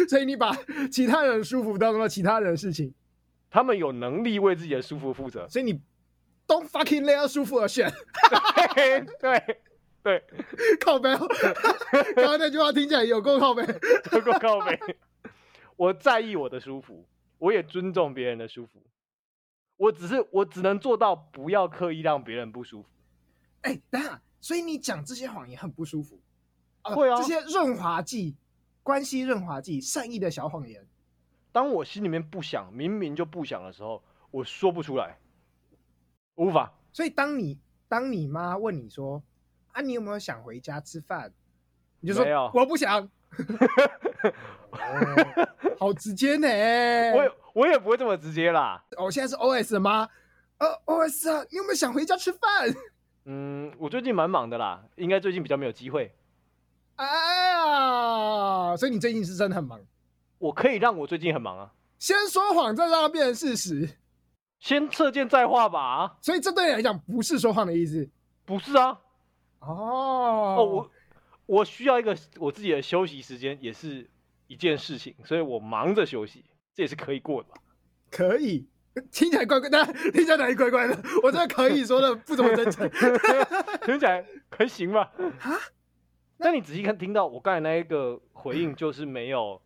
Speaker 1: 所以你把其他人舒服当做其他人的事情，。
Speaker 2: 他们有能力为自己的舒服 负责
Speaker 1: 所以你 don't fucking let 舒服而选
Speaker 2: 对对对，
Speaker 1: 靠背 哦。刚刚那句话听起来有够靠背。
Speaker 2: 透过告白， 我在意我的舒服，我也尊重别人的舒服。我只是我只能做到不要刻意让别人不舒服。
Speaker 1: 哎、等一下，所以你讲这些谎言很不舒服。啊
Speaker 2: 会啊
Speaker 1: 这些润滑剂、关系润滑剂、善意的小谎言，
Speaker 2: 当我心里面不想，明明就不想的时候，我说不出来，无法。
Speaker 1: 所以当你当你妈问你说啊，你有没有想回家吃饭？你就说
Speaker 2: 没有
Speaker 1: 我不想。 哦好直接呢！
Speaker 2: 我也我也不会这么直接啦。
Speaker 1: 我现在是 OS 的妈，呃，OS 啊，你有没有想回家吃饭？
Speaker 2: 嗯，我最近蛮忙的啦，应该最近比较没有机会。
Speaker 1: 哎呀，所以你最近是真的很忙。
Speaker 2: 我可以让我最近很忙啊，
Speaker 1: 先说谎，再让它变成事实，
Speaker 2: 先射箭再画吧啊。
Speaker 1: 所以这对你来讲不是说谎的意思
Speaker 2: 不是啊，
Speaker 1: 哦。
Speaker 2: 哦，我我需要一个我自己的休息时间，也是一件事情，所以我忙着休息，这也是可以过的吧？
Speaker 1: 可以，听起来怪怪，但 听起来哪里怪怪的？我真的可以说的不怎么真诚。
Speaker 2: 听起来还行吧？
Speaker 1: 啊，
Speaker 2: 那你仔细看，听到我刚才那一个回应，就是没有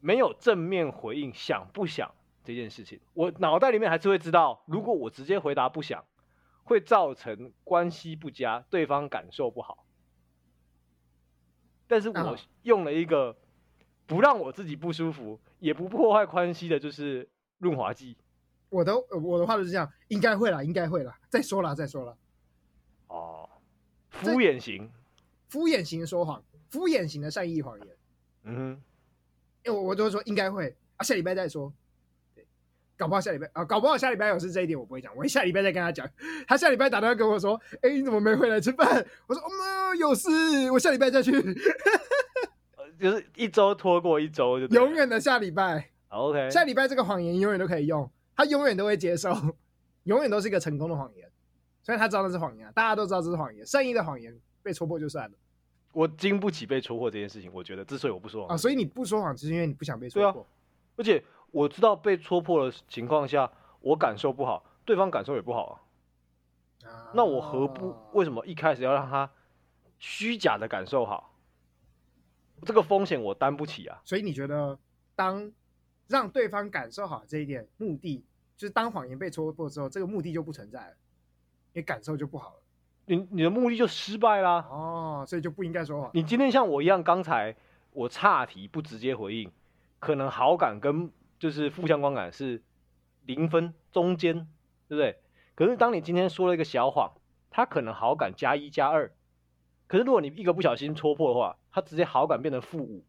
Speaker 2: 没有正面回应，想不想这件事情，我脑袋里面还是会知道，如果我直接回答不想，会造成关系不佳，对方感受不好。但是我
Speaker 1: 啊
Speaker 2: 用了一个不让我自己不舒服，也不破坏关系的，就是润滑剂。
Speaker 1: 我的我的话就是这样，应该会啦，应该会啦，再说啦，再说啦。
Speaker 2: 哦，敷衍型，
Speaker 1: 敷衍型的说谎，敷衍型的善意谎言。
Speaker 2: 嗯
Speaker 1: 哎、我我就会说应该会啊，下礼拜再说。对，搞不好下礼拜啊，搞不好下礼拜有事这一点我不会讲，我会下礼拜再跟他讲。他下礼拜打电话跟我说，哎、你怎么没回来吃饭？我说，嗯，有事，我下礼拜再去，
Speaker 2: 哼，呃就是一周拖过一周就对了
Speaker 1: 永远的下礼拜，
Speaker 2: OK。
Speaker 1: 下礼拜这个谎言永远都可以用，他永远都会接受，永远都是一个成功的谎言。虽然他知道那是谎言啊、大家都知道这是谎言，善意的谎言被戳破就算了
Speaker 2: 我经不起被戳破这件事情，我觉得之所以我不说
Speaker 1: 啊。
Speaker 2: 谎，
Speaker 1: 所以你不说谎，只是因为你不想被
Speaker 2: 对
Speaker 1: 戳
Speaker 2: 啊
Speaker 1: 破。
Speaker 2: 而且我知道被戳破的情况下，我感受不好，对方感受也不好啊。
Speaker 1: 啊
Speaker 2: 那我何不为什么一开始要让他虚假的感受好？这个风险我担不起啊。
Speaker 1: 所以你觉得，当让对方感受好这一点目的，就是当谎言被戳破之后，这个目的就不存在了，你感受就不好了。
Speaker 2: 你你的目的就失败啦。
Speaker 1: 哦，所以就不应该说谎。
Speaker 2: 你今天像我一样，刚才我岔题不直接回应，可能好感跟就是负相关感是零分中间，对不对？可是当你今天说了一个小谎，他可能好感加一加二，可是如果你一个不小心戳破的话，他直接好感变成负五，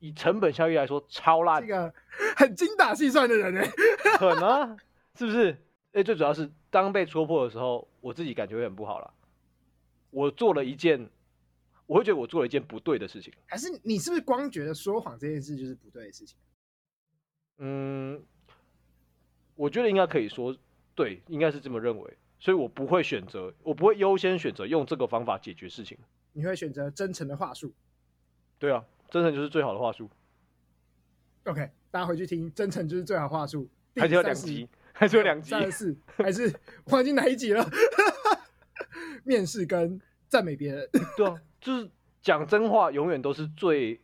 Speaker 2: 以成本效益来说超烂
Speaker 1: 这，个很精打细算的人欸呢，
Speaker 2: 可能啊是不是？哎，最主要是当被戳破的时候，我自己感觉会很不好了。我做了一件，我会觉得我做了一件不对的事情。
Speaker 1: 还是你是不是光觉得说谎这件事就是不对的事情？
Speaker 2: 嗯，我觉得应该可以说对，应该是这么认为。所以我不会选择，我不会优先选择用这个方法解决事情。
Speaker 1: 你会选择真诚的话术
Speaker 2: 对啊，真诚就是最好的话术。
Speaker 1: ？OK，大家回去听，真诚就是最好话术。第
Speaker 2: 还是有两
Speaker 1: 30
Speaker 2: 集，还是有两集
Speaker 1: 哦三。十四，还是我忘记哪一集了？ 面试跟赞美别人，
Speaker 2: 对啊，就是讲真话永远都是最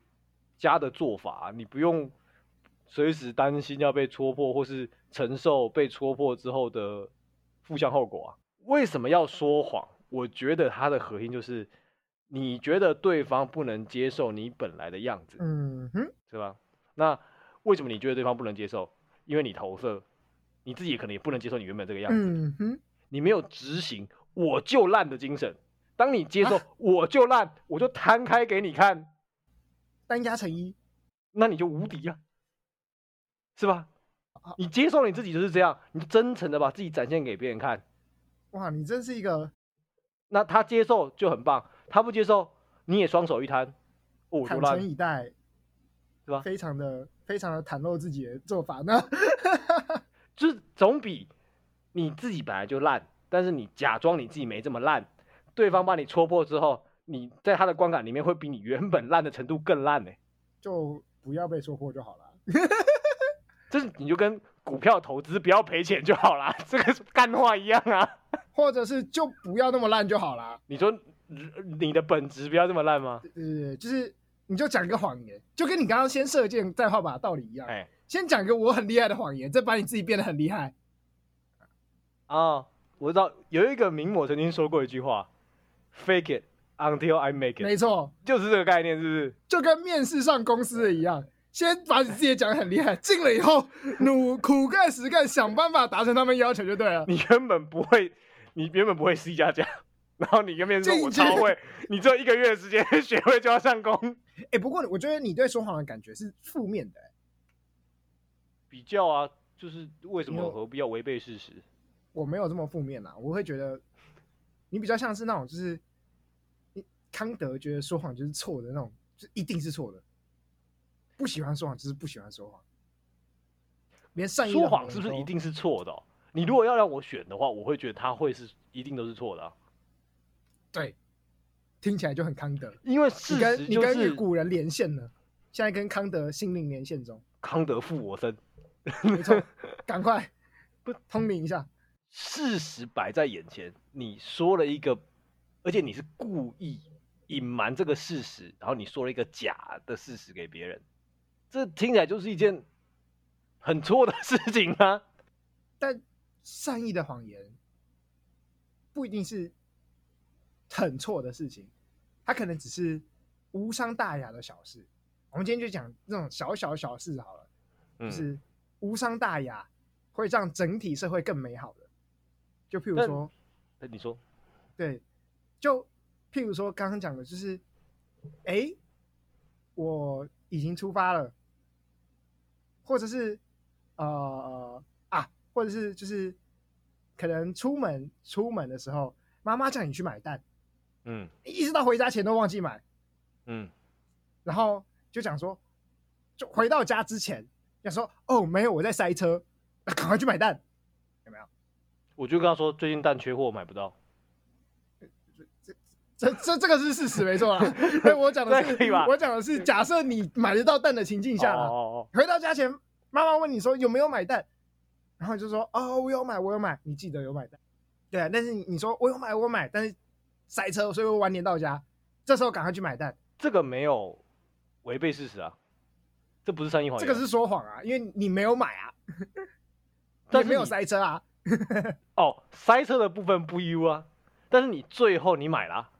Speaker 2: 佳的做法啊、你不用随时担心要被戳破，或是承受被戳破之后的负向后果啊。为什么要说谎？我觉得它的核心就是，你觉得对方不能接受你本来的样子，
Speaker 1: 嗯哼。
Speaker 2: 是吧？那为什么你觉得对方不能接受？因为你投射，你自己可能也不能接受你原本这个样子。
Speaker 1: 嗯哼，
Speaker 2: 你没有执行“我就烂”的精神。当你接
Speaker 1: 啊
Speaker 2: 受“我就烂”，我就摊开给你看，
Speaker 1: 单压成一，
Speaker 2: 那你就无敌啊，是吧
Speaker 1: 啊？
Speaker 2: 你接受你自己就是这样，你真诚的把自己展现给别人看，
Speaker 1: 哇，你真是一个
Speaker 2: 那他接受就很棒，他不接受你也双手一摊，哦我就
Speaker 1: 坦
Speaker 2: 烂
Speaker 1: 诚，以待，
Speaker 2: 是吧
Speaker 1: 非常的非常的袒露自己的做法呢。
Speaker 2: 就是总比你自己本来就烂，但是你假装你自己没这么烂，对方把你戳破之后，你在他的观感里面会比你原本烂的程度更烂呢、
Speaker 1: 就不要被戳破就好了。
Speaker 2: 就是你就跟股票投资不要赔钱就好啦， 这个是干话一样啊。
Speaker 1: 或者是就不要那么烂就好啦。
Speaker 2: 你说你你的本质不要这么烂吗？
Speaker 1: 呃，就是你就讲一个谎言，就跟你刚刚先射箭再画靶的道理一样，
Speaker 2: 哎
Speaker 1: 先讲一个我很厉害的谎言，再把你自己变得很厉害。
Speaker 2: 哦，我知道有一个名模曾经说过一句话，“fake it until I make it”，
Speaker 1: 没错，
Speaker 2: 就是这个概念，是不是？
Speaker 1: 就跟面试上公司的一样，先把你自己也讲得很厉害，进了以后努苦干实干，想办法达成他们要求就对了。
Speaker 2: 你原本不会，你原本不会 C 加 加，然后你跟别人说
Speaker 1: 进
Speaker 2: 我
Speaker 1: 阶
Speaker 2: 超会，你只有一个月的时间 学会就要上工，
Speaker 1: 哎、不过我觉得你对说谎的感觉是负面的、
Speaker 2: 比较啊，就是为什
Speaker 1: 因为
Speaker 2: 么何必要违背事实？
Speaker 1: 我没有这么负面啦，我会觉得你比较像是那种就是你康德觉得说谎就是错的那种，就一定是错的，不喜欢说谎就是不喜欢说谎，连善意的
Speaker 2: 说谎
Speaker 1: 言
Speaker 2: 是不是
Speaker 1: 都
Speaker 2: 一？定是错的哦、你如果要让我选的话，我会觉得他会是一定都是错的、啊，
Speaker 1: 对，听起来就很康德。
Speaker 2: 因为事
Speaker 1: 你跟
Speaker 2: 实
Speaker 1: 你
Speaker 2: 就
Speaker 1: 跟与
Speaker 2: 是
Speaker 1: 古人连线了，现在跟康德心灵连线中，
Speaker 2: 康德负我身，
Speaker 1: 没 错，赶快不通灵一下，
Speaker 2: 事实摆在眼前，你说了一个，而且你是故意隐瞒这个事实，然后你说了一个假的事实给别人，这听起来就是一件很错的 事情啊。
Speaker 1: 但善意的谎言不一定是很错的事情，它可能只是无伤大雅的小事，我们今天就讲这种小小小事好了，就
Speaker 2: 嗯，
Speaker 1: 是无伤大雅，会让整体社会更美好的。就譬如
Speaker 2: 但
Speaker 1: 说，
Speaker 2: 哎你说，
Speaker 1: 对，就譬如说刚刚讲的，就是，哎，我已经出发了，或者是呃啊，或者是就是可能出门出门的时候，妈妈叫你去买蛋，
Speaker 2: 嗯
Speaker 1: 一直到回家前都忘记买，
Speaker 2: 嗯
Speaker 1: 然后就讲说，就回到家之前，要说哦没有，我在塞车，那赶快去买蛋，有没有？
Speaker 2: 我就跟他说最近蛋缺货买不到，
Speaker 1: 这这这个是事实没错 啦。对我讲的
Speaker 2: 这
Speaker 1: 是
Speaker 2: 个可以吧
Speaker 1: 我讲的是假设你买得到蛋的情境下啦，
Speaker 2: 哦哦
Speaker 1: 回到家前，妈妈问你说有没有买蛋，然后你就说哦我有买我有买，你记得有买蛋，对啊，但是你你说我有买我有买，但是塞车，所以我晚点到家，这时候赶快去买蛋，
Speaker 2: 哦，这个没有违背事实啊，这不是善意谎
Speaker 1: 这
Speaker 2: 言，
Speaker 1: 个是说谎啊，因为你没有买啊，
Speaker 2: 但
Speaker 1: 你
Speaker 2: 是
Speaker 1: 没有
Speaker 2: 你
Speaker 1: 塞车啊，
Speaker 2: 哦塞车的部分不 U 啊，但是你最后你买了啊、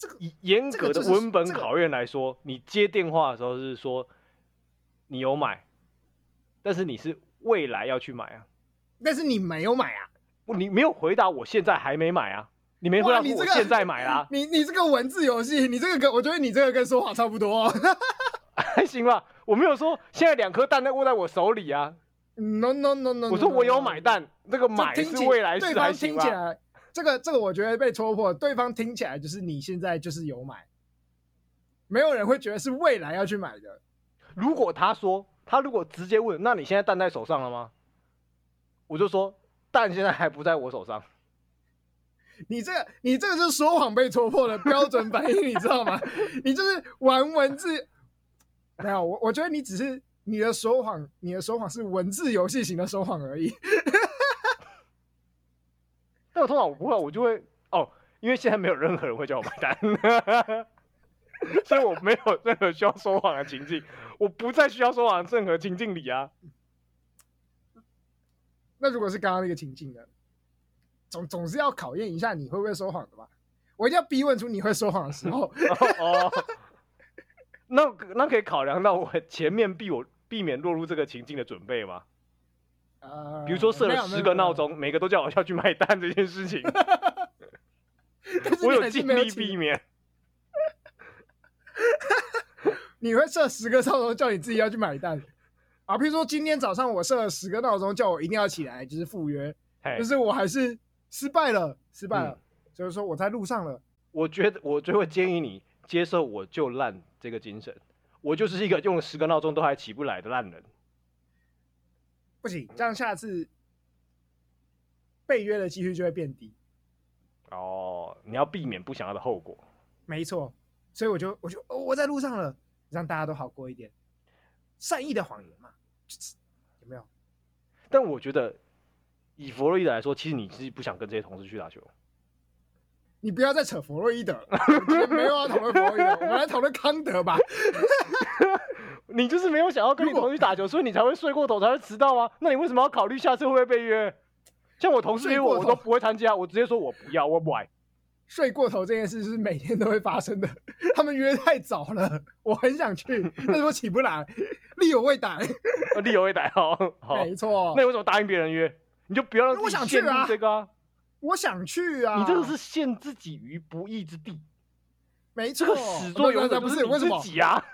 Speaker 1: 这个
Speaker 2: 以严
Speaker 1: 这
Speaker 2: 格
Speaker 1: 个
Speaker 2: 的
Speaker 1: 就是
Speaker 2: 文本
Speaker 1: 这个
Speaker 2: 考验来说，你接电话的时候是说你有买，但是你是未来要去买啊，
Speaker 1: 但是你没有买啊，
Speaker 2: 你没有回答我现在还没买啊，你没回答
Speaker 1: 哇你
Speaker 2: 说我
Speaker 1: 这个
Speaker 2: 现在买啊啦、
Speaker 1: 你你这个文字游戏，你这个跟我觉得你这个跟说谎差不多、哦、
Speaker 2: 还行吧？我没有说现在两颗蛋在握在我手里啊，
Speaker 1: ，no no no no，
Speaker 2: 我说我有买蛋，这个
Speaker 1: 这
Speaker 2: 买
Speaker 1: 听
Speaker 2: 是
Speaker 1: 起
Speaker 2: 未来
Speaker 1: 对
Speaker 2: 式还
Speaker 1: 方
Speaker 2: 行
Speaker 1: 听起
Speaker 2: 吧？
Speaker 1: 来，这个这个我觉得被戳破，对方听起来就是你现在就是有买，没有人会觉得是未来要去买的，
Speaker 2: 如果他说他如果直接问，那你现在蛋在手上了吗？我就说蛋现在还不在我手上，
Speaker 1: 你这个你这个是说谎被戳破的标准反应，你知道吗？ 你就是玩文字，没有我我觉得你只是你的说谎，你的说谎是文字游戏型的说谎而已，
Speaker 2: 但我通常我不会，我就会哦，因为现在没有任何人会叫我买单， 所以我没有任何需要说谎的情境，我不再需要说谎的任何情境里啊。
Speaker 1: 那如果是刚刚那个情境呢？总总是要考验一下你会不会说谎的吧？我一定要逼问出你会说谎的时候。
Speaker 2: 哦，那那可以考量到我前面避我避免落入这个情境的准备吗？
Speaker 1: 呃，
Speaker 2: 比如说设
Speaker 1: 没
Speaker 2: 了
Speaker 1: 有
Speaker 2: 十个闹，钟，每个都叫我要去买单这件 事情，
Speaker 1: 没有但是
Speaker 2: 我
Speaker 1: 你
Speaker 2: 有
Speaker 1: 还是
Speaker 2: 尽
Speaker 1: 没有
Speaker 2: 力
Speaker 1: 请
Speaker 2: 避免。
Speaker 1: 你会设十个闹钟叫你自己要去买单啊？譬如说今天早上我设了十个闹钟，叫我一定要起来，就是赴约，
Speaker 2: 嘿
Speaker 1: 但是我还是失败了，失败了
Speaker 2: 哎嗯，
Speaker 1: 所以说我在路上了。
Speaker 2: 我觉得我最会建议你接受我就烂这个精神，我就是一个用了十个闹钟都还起不来的烂人。
Speaker 1: 不行，这样下次被约的几率就会变低。
Speaker 2: 哦，你要避免不想要的后果。
Speaker 1: 没错，所以我就我就、哦、我在路上了，让大家都好过一点。善意的谎言嘛，就是有没有？
Speaker 2: 但我觉得，以弗洛伊德来说，其实你自己不想跟这些同事去打球。
Speaker 1: 你不要再扯弗洛伊德了，我们今天没有要讨论弗洛伊德，我们来讨论康德吧。
Speaker 2: 你就是没有想要跟你同事去打球，所以你才会睡过头，才会迟到啊。那你为什么要考虑下次会不会被约？像我同事约我，
Speaker 1: 睡过
Speaker 2: 我
Speaker 1: 头
Speaker 2: 都不会参加，我直接说我不要，我不 来。
Speaker 1: 睡过头这件事是每天都会发生的。他们约太早了，我很想 去，但是我起不来，力有未逮。
Speaker 2: 呃理由会逮好。好，
Speaker 1: 没错
Speaker 2: 那，你为什么答应别人约？你就不要让自
Speaker 1: 我
Speaker 2: 己
Speaker 1: 想
Speaker 2: 陷
Speaker 1: 去
Speaker 2: 入
Speaker 1: 啊
Speaker 2: 这个啊！
Speaker 1: 我想去啊。
Speaker 2: 你这个是陷自己于不义之地。
Speaker 1: 没错，
Speaker 2: 这个始作
Speaker 1: 不
Speaker 2: 俑者
Speaker 1: 不
Speaker 2: 不
Speaker 1: 是
Speaker 2: 是
Speaker 1: 不为什
Speaker 2: 你
Speaker 1: 么
Speaker 2: 自？己啊！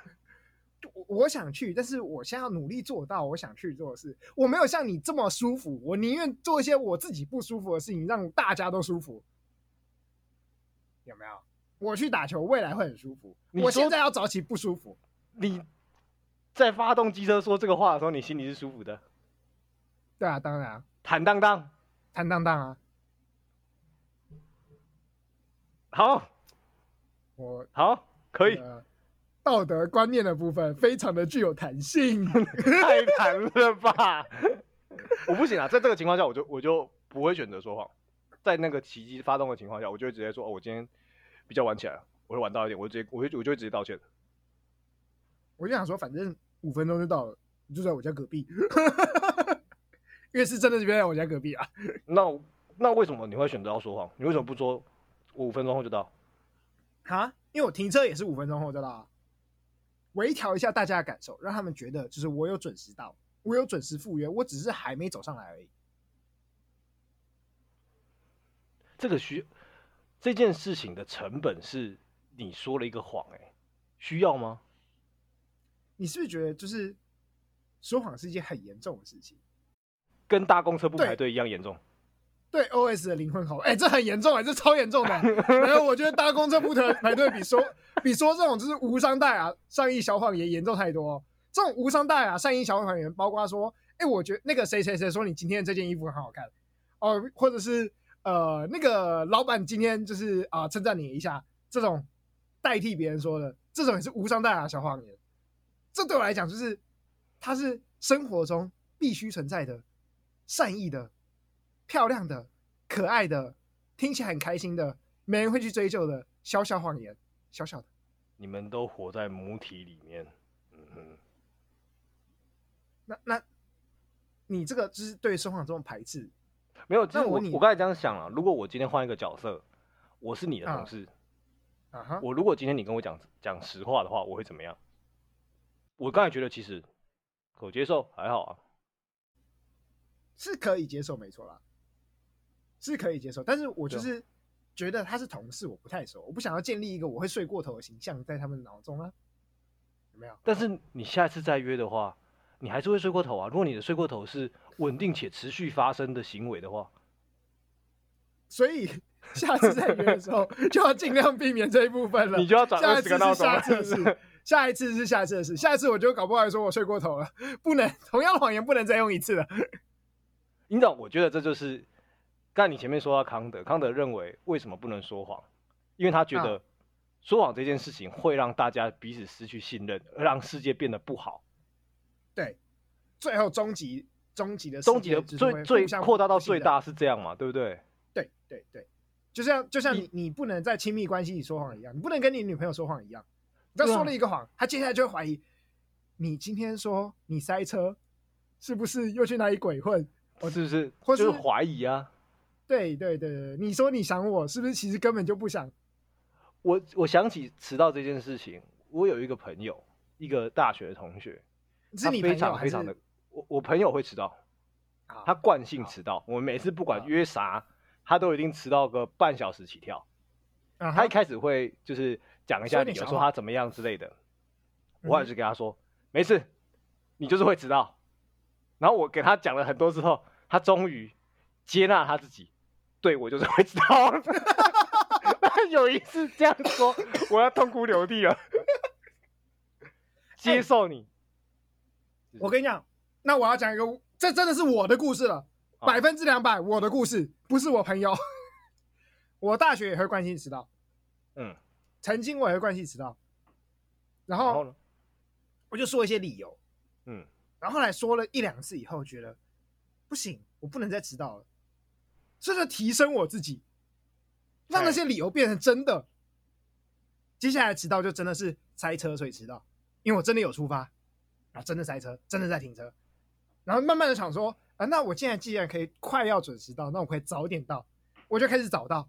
Speaker 1: 我我想去，但是我现在要努力做到我想去做的事。我没有像你这么舒服，我宁愿做一些我自己不舒服的事情，让大家都舒服。有没有？我去打球，未来会很舒服。
Speaker 2: 你
Speaker 1: 我现
Speaker 2: 说
Speaker 1: 在要早起不舒服，
Speaker 2: 你在发动机车说这个话的时候，你心里是舒服的，
Speaker 1: 对啊，当然啊
Speaker 2: 坦荡荡。
Speaker 1: 坦荡荡啊，
Speaker 2: 好，
Speaker 1: 我
Speaker 2: 好，可以。
Speaker 1: 呃道德观念的部分非常的具有弹性。
Speaker 2: 太难了吧！ 我不行啊，在这个情况下，我就我就不会选择说谎。在那个奇迹发动的情况下，我就会直接说：“哦，我今天比较晚起来了，我会晚到一点，我就直接我会我就会直接道歉。
Speaker 1: 我就想说，反正五分钟就到了，你就在我家隔壁， 因为是真的是就在我家隔壁啊。
Speaker 2: 那”那为什么你会选择要说谎？你为什么不说我五分钟后就到？
Speaker 1: 哈，因为我停车也是五分钟后就到啊。微调一下大家的感受，让他们觉得就是我有准时到，我有准时赴约，我只是还没走上来而已。
Speaker 2: 这个需这件事情的成本是你说了一个谎，哎，需要吗？
Speaker 1: 你是不是觉得就是说谎是一件很严重的事情？
Speaker 2: 跟搭公车不
Speaker 1: 对
Speaker 2: 排队一样严重？
Speaker 1: 对 OS 的灵魂拷问，哎、这很严重哎、这超严重的、然后我觉得搭公车不排排队比说比说这种就是无伤大雅、善意小谎言严重太多、哦。这种无伤大雅、善意小谎言，包括说，哎、我觉得那个谁谁谁说你今天这件衣服很好看，哦，或者是呃那个老板今天就是啊、称赞你一下，这种代替别人说的，这种也是无伤大雅的小谎言。这对我来讲就是，它是生活中必须存在的善意的、漂亮的、可爱的、听起来很开心的、没人会去追究的小小谎言，小小的。
Speaker 2: 你们都活在母体里面，嗯哼，
Speaker 1: 那那，你这个就是对说谎这种排斥，
Speaker 2: 没有。其实
Speaker 1: 那我
Speaker 2: 我
Speaker 1: 你
Speaker 2: 我刚才这样想啊了，如果我今天换一个角色，我是你的同
Speaker 1: 啊
Speaker 2: 事，
Speaker 1: 啊哈，
Speaker 2: 我如果今天你跟我讲讲实话的话，我会怎么样？我刚才觉得其实可接受，还好啊。
Speaker 1: 是可以接受，没错啦，是可以接受。但是我
Speaker 2: 啊
Speaker 1: 就是觉得他是同事，我不太熟，我不想要建立一个我会睡过头的形象在他们脑中啊，有没有？
Speaker 2: 但是你下次再约的话，你还是会睡过头啊。如果你的睡过头是稳定且持续发生的行为的话，
Speaker 1: 所以下次再约的时候，就要尽量避免这一部分了。
Speaker 2: 你就要转
Speaker 1: 下
Speaker 2: 二
Speaker 1: 一
Speaker 2: 十
Speaker 1: 次
Speaker 2: 个
Speaker 1: 是
Speaker 2: 闹钟
Speaker 1: 下
Speaker 2: 了。
Speaker 1: 次的 事，下一次是下一次的事，下一次我就搞不好说我睡过头了，不能同样的谎言不能再用一次了。
Speaker 2: 营长，我觉得这就是，刚才你前面说到康德，康德认为为什么不能说谎，因为他觉
Speaker 1: 嗯
Speaker 2: 得说谎这件事情会让大家彼此失去信任，而让世界变得不好，
Speaker 1: 对，最后终极终极的世界
Speaker 2: 终极的
Speaker 1: 就是会
Speaker 2: 最最
Speaker 1: 互相
Speaker 2: 扩大到
Speaker 1: 不信
Speaker 2: 最
Speaker 1: 任，
Speaker 2: 大是这样嘛，对不对？
Speaker 1: 对对对，就像就像你你不能在亲密关系里说谎一样，你不能跟你女朋友说谎一样，你刚
Speaker 2: 对啊
Speaker 1: 说了一个谎，她接下来就会怀疑你今天说你塞车，是不是又去哪里鬼混？我
Speaker 2: 是不是？
Speaker 1: 或
Speaker 2: 就是是怀疑啊。
Speaker 1: 对对对对，你说你想我，是不是其实根本就不想？
Speaker 2: 我我想起迟到这件事情，我有一个朋友，一个大学的同学，
Speaker 1: 是你朋
Speaker 2: 他啊非
Speaker 1: 友
Speaker 2: 常
Speaker 1: 还
Speaker 2: 非
Speaker 1: 是
Speaker 2: 常的，我我朋友会迟到，
Speaker 1: 啊
Speaker 2: 他惯性迟到，我们每次不管
Speaker 1: 好
Speaker 2: 约啥，他都一定迟到个半小时起跳。
Speaker 1: 啊
Speaker 2: 他
Speaker 1: 哈
Speaker 2: 一开始会就是讲一下
Speaker 1: 说你
Speaker 2: 理由，
Speaker 1: 想
Speaker 2: 说
Speaker 1: 法
Speaker 2: 他怎么样之类的。
Speaker 1: 嗯
Speaker 2: 我也是跟他说，没事，你就是会迟到。然后我给他讲了很多之后，他终于接纳他自己，对我就是会迟到。 他有一次这样说，我要痛哭流涕
Speaker 1: 哎
Speaker 2: 了。接受你，
Speaker 1: 我跟你讲，那我要讲一个，这真的是我的故事了，
Speaker 2: 啊
Speaker 1: 百分之两百我的故事，不是我朋友。 我大学也会惯性迟到，
Speaker 2: 嗯，
Speaker 1: 曾经我也会惯性迟到，然
Speaker 2: 然后
Speaker 1: 后
Speaker 2: 呢？
Speaker 1: 我就说一些理由，
Speaker 2: 嗯，
Speaker 1: 然后后来说了一两次以后，觉得不行，我不能再迟到了，所以就提升我自己，让那些理由变成真的。接下来迟到就真的是塞车，所以迟到，因为我真的有出发，然后真的塞车，真的在停车，然后慢慢的想说啊，那我现在既然可以快要准时到，那我可以早点到，我就开始早到，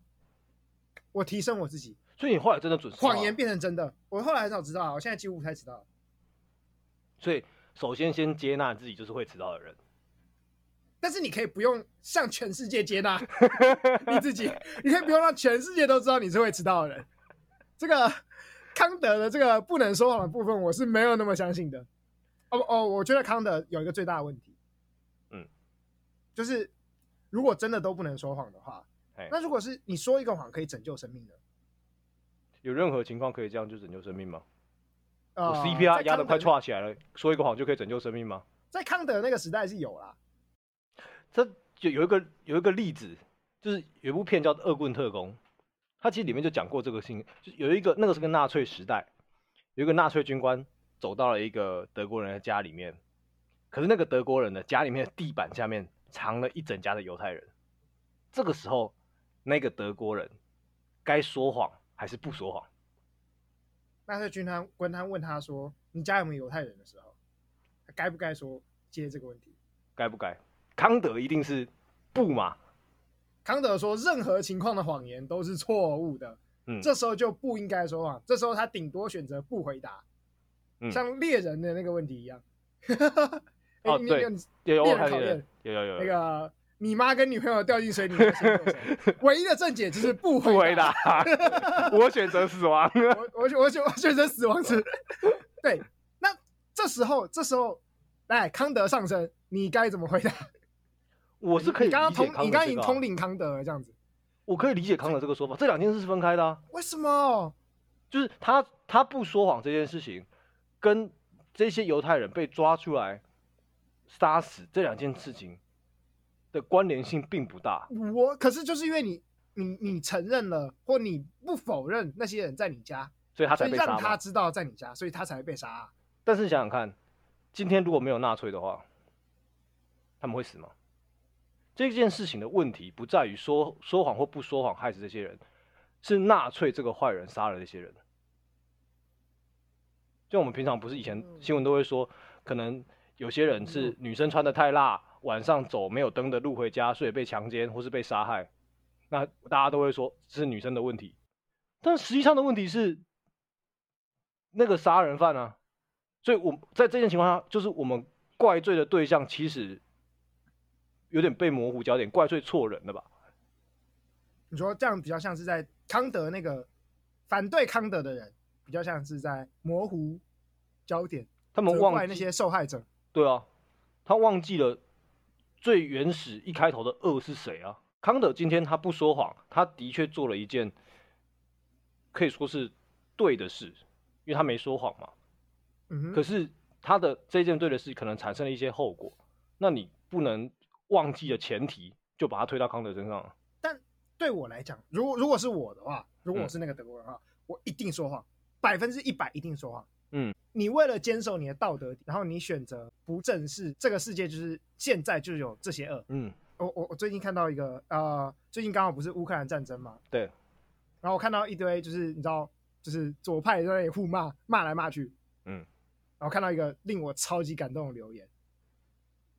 Speaker 1: 我提升我自己，
Speaker 2: 所以你后来真的准时到
Speaker 1: 谎
Speaker 2: 了
Speaker 1: 言变成真的。我后来很少迟到啊，我现在几乎不太迟到了。
Speaker 2: 所以首先先接纳自己就是会迟到的人。
Speaker 1: 但是你可以不用向全世界接纳你自己，你可以不用让全世界都知道你是会迟到的人。这个康德的这个不能说谎的部分，我是没有那么相信的。哦哦，我觉得康德有一个最大的问题，
Speaker 2: 嗯，
Speaker 1: 就是如果真的都不能说谎的话，
Speaker 2: 哎，
Speaker 1: 那如果是你说一个谎可以拯救生命的，
Speaker 2: 有任何情况可以这样就拯救生命吗？
Speaker 1: 呃
Speaker 2: 我 CPR
Speaker 1: 在
Speaker 2: 压
Speaker 1: 康德
Speaker 2: 得快垮起来了，说一个谎就可以拯救生命吗？
Speaker 1: 在康德那个时代是有啦，
Speaker 2: 这就有一个有一个例子，就是有一部片叫《恶棍特工》，它其实里面就讲过这个事情，就有一个那个是个纳粹时代，有一个纳粹军官走到了一个德国人的家里面，可是那个德国人的家里面的地板下面藏了一整家的犹太人。这个时候，那个德国人该说谎还是不说谎？
Speaker 1: 纳粹军官官他问他说：“你家有没有犹太人？”的时候，该不该说接这个问题？
Speaker 2: 该不该？康德一定是不嘛？
Speaker 1: 康德说，任何情况的谎言都是错误的，
Speaker 2: 嗯，
Speaker 1: 这时候就不应该说谎。这时候他顶多选择不回答，
Speaker 2: 嗯
Speaker 1: 像猎人的那个问题一样。 哎
Speaker 2: 哦
Speaker 1: 你
Speaker 2: 对呃
Speaker 1: 你你
Speaker 2: 有有
Speaker 1: 猎人
Speaker 2: 我看
Speaker 1: 考
Speaker 2: 猎人
Speaker 1: 验，
Speaker 2: 有有有
Speaker 1: 那
Speaker 2: 有，
Speaker 1: 个你妈跟女朋友掉进水里面，谁救 谁唯一的正解就是不
Speaker 2: 不回
Speaker 1: 回
Speaker 2: 答， 我选择死亡。
Speaker 1: 我我选我选我选择死亡值。 对，那这时候这时候，来康德上身，你该怎么回答？
Speaker 2: 我是可以
Speaker 1: 你
Speaker 2: 理解
Speaker 1: 刚刚
Speaker 2: 康
Speaker 1: 通
Speaker 2: 德，啊
Speaker 1: 你刚刚已经通
Speaker 2: 领，
Speaker 1: 领康德了，这样子，
Speaker 2: 我可以理解康德这个说法，这两件事是分开的啊。
Speaker 1: 为什么？
Speaker 2: 就是他他不说谎这件事情，跟这些犹太人被抓出来杀死这两件事情的关联性并不大。
Speaker 1: 我可是就是因为你你你承认了，或你不否认那些人在你家，
Speaker 2: 所以他
Speaker 1: 所
Speaker 2: 才
Speaker 1: 以
Speaker 2: 被杀
Speaker 1: 让他
Speaker 2: 嘛。
Speaker 1: 知道在你家，所以他才会被杀啊、
Speaker 2: 但是想想看，今天如果没有纳粹的话，他们会死吗？这件事情的问题不在于说说谎或不说谎害死这些人，是纳粹这个坏人杀了这些人。就我们平常不是以前
Speaker 1: 嗯
Speaker 2: 新闻都会说，可能有些人是女生穿的太辣，晚上走没有灯的路回家，所以被强奸或是被杀害。那大家都会说是女生的问题，但实际上的问题是那个杀人犯啊。所以我们在这件情况下，就是我们怪罪的对象其实有点被模糊焦点，怪罪错人了吧？
Speaker 1: 你说这样比较像是在康德那个反对康德的人，比较像是在模糊焦点，
Speaker 2: 他们
Speaker 1: 责
Speaker 2: 忘
Speaker 1: 怪
Speaker 2: 记
Speaker 1: 那些受害者。
Speaker 2: 对啊，他忘记了最原始一开头的恶是谁啊？康德今天他不说谎，他的确做了一件可以说是对的事，因为他没说谎嘛。
Speaker 1: 嗯
Speaker 2: 可
Speaker 1: 哼，
Speaker 2: 是他的这件对的事可能产生了一些后果，那你不能忘记了前提，就把它推到康德身上了。啊
Speaker 1: 对我来讲，如果如果是我的话，如果我是那个德国人的话，我一定说谎，百分之一百一定说谎。
Speaker 2: 嗯，
Speaker 1: 你为了坚守你的道德，然后你选择不正视这个世界，就是现在就有这些恶，
Speaker 2: 嗯，
Speaker 1: 我我我最近看到一个呃，最近刚好不是乌克兰战争嘛，
Speaker 2: 对
Speaker 1: 然后我看到一堆就是你知道，就是左派在那里互骂，骂来骂去，
Speaker 2: 嗯，
Speaker 1: 然后看到一个令我超级感动的留言，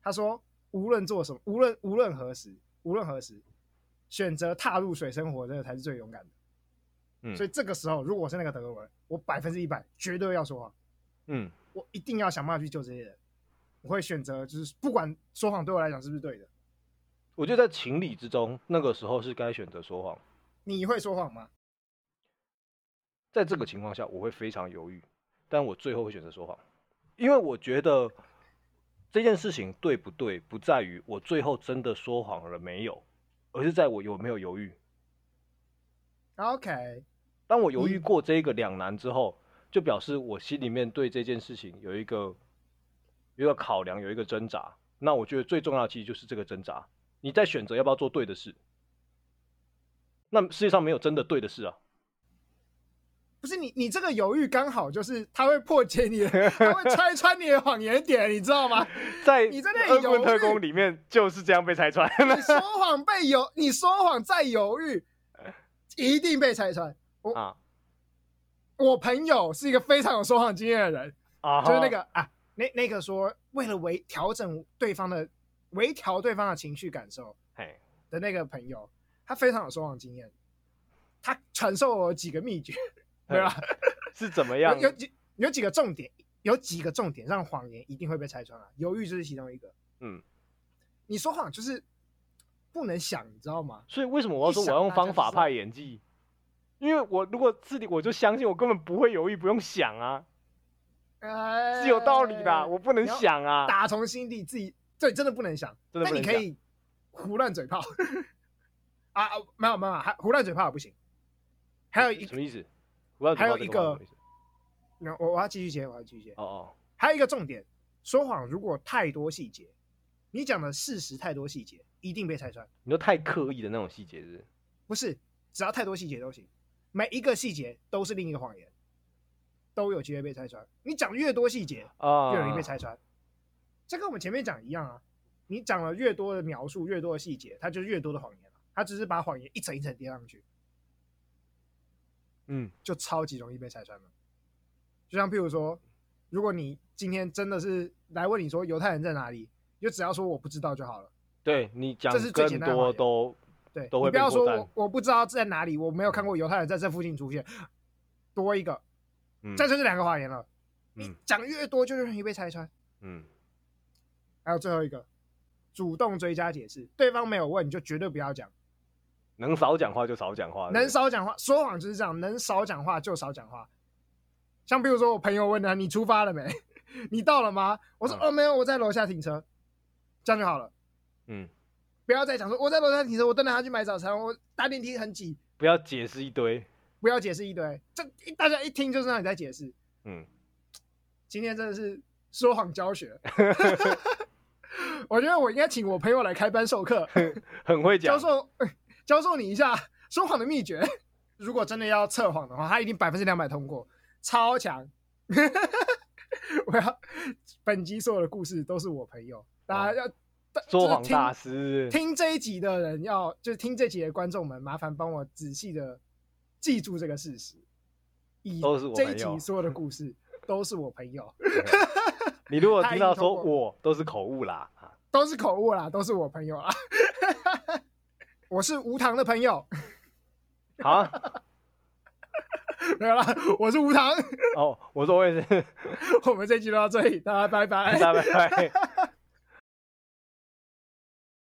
Speaker 1: 他说无论做什么，无论无论何时，无论何时，选择踏入水深火热才是最勇敢的。
Speaker 2: 嗯
Speaker 1: 所以这个时候，如果我是那个德国人，我百分之一百绝对要说谎，
Speaker 2: 嗯，
Speaker 1: 我一定要想办法去救这些人。我会选择就是不管说谎对我来讲是不是对的，
Speaker 2: 我觉得在情理之中，那个时候是该选择说谎。
Speaker 1: 你会说谎吗？
Speaker 2: 在这个情况下，我会非常犹豫，但我最后会选择说谎，因为我觉得这件事情对不对，不在于我最后真的说谎了没有，而是在我有没有犹豫。
Speaker 1: OK，
Speaker 2: 当我犹
Speaker 1: 你
Speaker 2: 豫过这个两难之后，就表示我心里面对这件事情有一个有一个考量，有一个挣扎。那我觉得最重要的其实就是这个挣扎，你在选择要不要做对的事。那世界上没有真的对的事啊，
Speaker 1: 不是你，你这个犹豫刚好就是他会破解你的，他会拆穿你的谎言点，你知道吗？
Speaker 2: 在
Speaker 1: 你在那里
Speaker 2: 恶棍
Speaker 1: 犹
Speaker 2: 特
Speaker 1: 豫
Speaker 2: 工里面就是这样被拆穿。
Speaker 1: 你说谎被犹，你说谎再犹豫，一定被拆穿。
Speaker 2: 啊
Speaker 1: 我朋友是一个非常有说谎经验的人，
Speaker 2: 啊
Speaker 1: 就是那
Speaker 2: 哈
Speaker 1: 个啊，那那个说为了微调整对方的微调对方的情绪感受
Speaker 2: 嘿，
Speaker 1: 的那个朋友，他非常有说谎经验，他传授我几个秘诀，
Speaker 2: 嗯
Speaker 1: 对 吧？
Speaker 2: 是怎么样
Speaker 1: 有？有几有几个重点，有几个重点让谎言一定会被拆穿啊。犹豫就是其中一个。
Speaker 2: 嗯，
Speaker 1: 你说谎就是不能想，你知道吗？
Speaker 2: 所以为什么我要说
Speaker 1: 一
Speaker 2: 我
Speaker 1: 想
Speaker 2: 要用
Speaker 1: 大家
Speaker 2: 方法
Speaker 1: 就知道
Speaker 2: 派演技？因为我如果自己我就相信我根本不会犹豫，不用想啊，
Speaker 1: 呃
Speaker 2: 是有道理的啊，我不能
Speaker 1: 你要
Speaker 2: 想啊，
Speaker 1: 打从心底自己对真的不能想，
Speaker 2: 真的
Speaker 1: 但
Speaker 2: 不
Speaker 1: 你
Speaker 2: 能
Speaker 1: 可
Speaker 2: 想。
Speaker 1: 以胡乱嘴炮 啊啊！没有没有，还胡乱嘴炮也不行。还有一
Speaker 2: 什，么意思？我要
Speaker 1: 还有
Speaker 2: 知道这
Speaker 1: 一
Speaker 2: 话
Speaker 1: 个
Speaker 2: 什么意思
Speaker 1: 那我我要继续接，我要继续接。
Speaker 2: 哦哦，
Speaker 1: 还有一个重点，说谎如果太多细节，你讲的事实太多细节，一定被拆穿。
Speaker 2: 你说太刻意的那种细节是不是？
Speaker 1: 不是，只要太多细节都行，每一个细节都是另一个谎言，都有机会被拆穿。你讲越多细节，
Speaker 2: 啊，
Speaker 1: 越容易被拆穿。这跟我们前面讲一样啊，你讲了越多的描述，越多的细节，它就是越多的谎言了。它只是把谎言一层一层叠上去，
Speaker 2: 嗯
Speaker 1: 就超级容易被拆穿了。就像譬如说，如果你今天真的是来问你说犹太人在哪里，你就只要说我不知道就好了。
Speaker 2: 对你讲
Speaker 1: 这是最
Speaker 2: 更
Speaker 1: 简单的谎
Speaker 2: 多
Speaker 1: 言
Speaker 2: 都
Speaker 1: 对，
Speaker 2: 都
Speaker 1: 你
Speaker 2: 会
Speaker 1: 不
Speaker 2: 被
Speaker 1: 要
Speaker 2: 扩
Speaker 1: 说
Speaker 2: 散
Speaker 1: 我我不知道在哪里，我没有看过犹太人在这附近出现，多一个，
Speaker 2: 嗯
Speaker 1: 这就是两个谎言了。你
Speaker 2: 嗯
Speaker 1: 讲越多就越容易被拆穿。
Speaker 2: 嗯
Speaker 1: 还有最后一个，主动追加解释，对方没有问你就绝对不要讲，
Speaker 2: 能少讲话就少讲话，
Speaker 1: 能少讲话，说谎就是这样，能少讲话就少讲话。像比如说我朋友问他，你出发了没？ 你到了吗？我说、
Speaker 2: 嗯
Speaker 1: 哦没有，我在楼下停车，这样就好了。
Speaker 2: 嗯，
Speaker 1: 不要再讲说我在楼下停车，我等等他去买早餐，我搭电梯很挤，
Speaker 2: 不要解释一堆，
Speaker 1: 不要解释一堆，这一大家一听就知道你在解释。
Speaker 2: 嗯，
Speaker 1: 今天真的是说谎教 学，我觉得我应该请我朋友来开班授 课，
Speaker 2: 很会
Speaker 1: 教，
Speaker 2: 讲
Speaker 1: 授、 教授你一下说谎的秘诀。如果真的要测谎的话，他一定百分之两百通过，超强。 我要本集所有的故事都是我朋友，大家要
Speaker 2: 哦说谎大。
Speaker 1: 就是听
Speaker 2: 师，
Speaker 1: 听这一集的人要，就是听这集的观众们，麻烦帮我仔细的记住这个事实。以
Speaker 2: 都是我
Speaker 1: 这一
Speaker 2: 朋友
Speaker 1: 集所有的故 事都是我朋友，
Speaker 2: 你如果
Speaker 1: 他已
Speaker 2: 听
Speaker 1: 经
Speaker 2: 到说
Speaker 1: 通过
Speaker 2: 我都是口误啦，啊
Speaker 1: 都是口误啦，都是我朋友啦。 我是无糖的朋友，
Speaker 2: 好啊
Speaker 1: 没有啦，我是无糖。
Speaker 2: 哦，我说我也是，
Speaker 1: 我们这集就到这里，大家拜拜。
Speaker 2: 拜拜。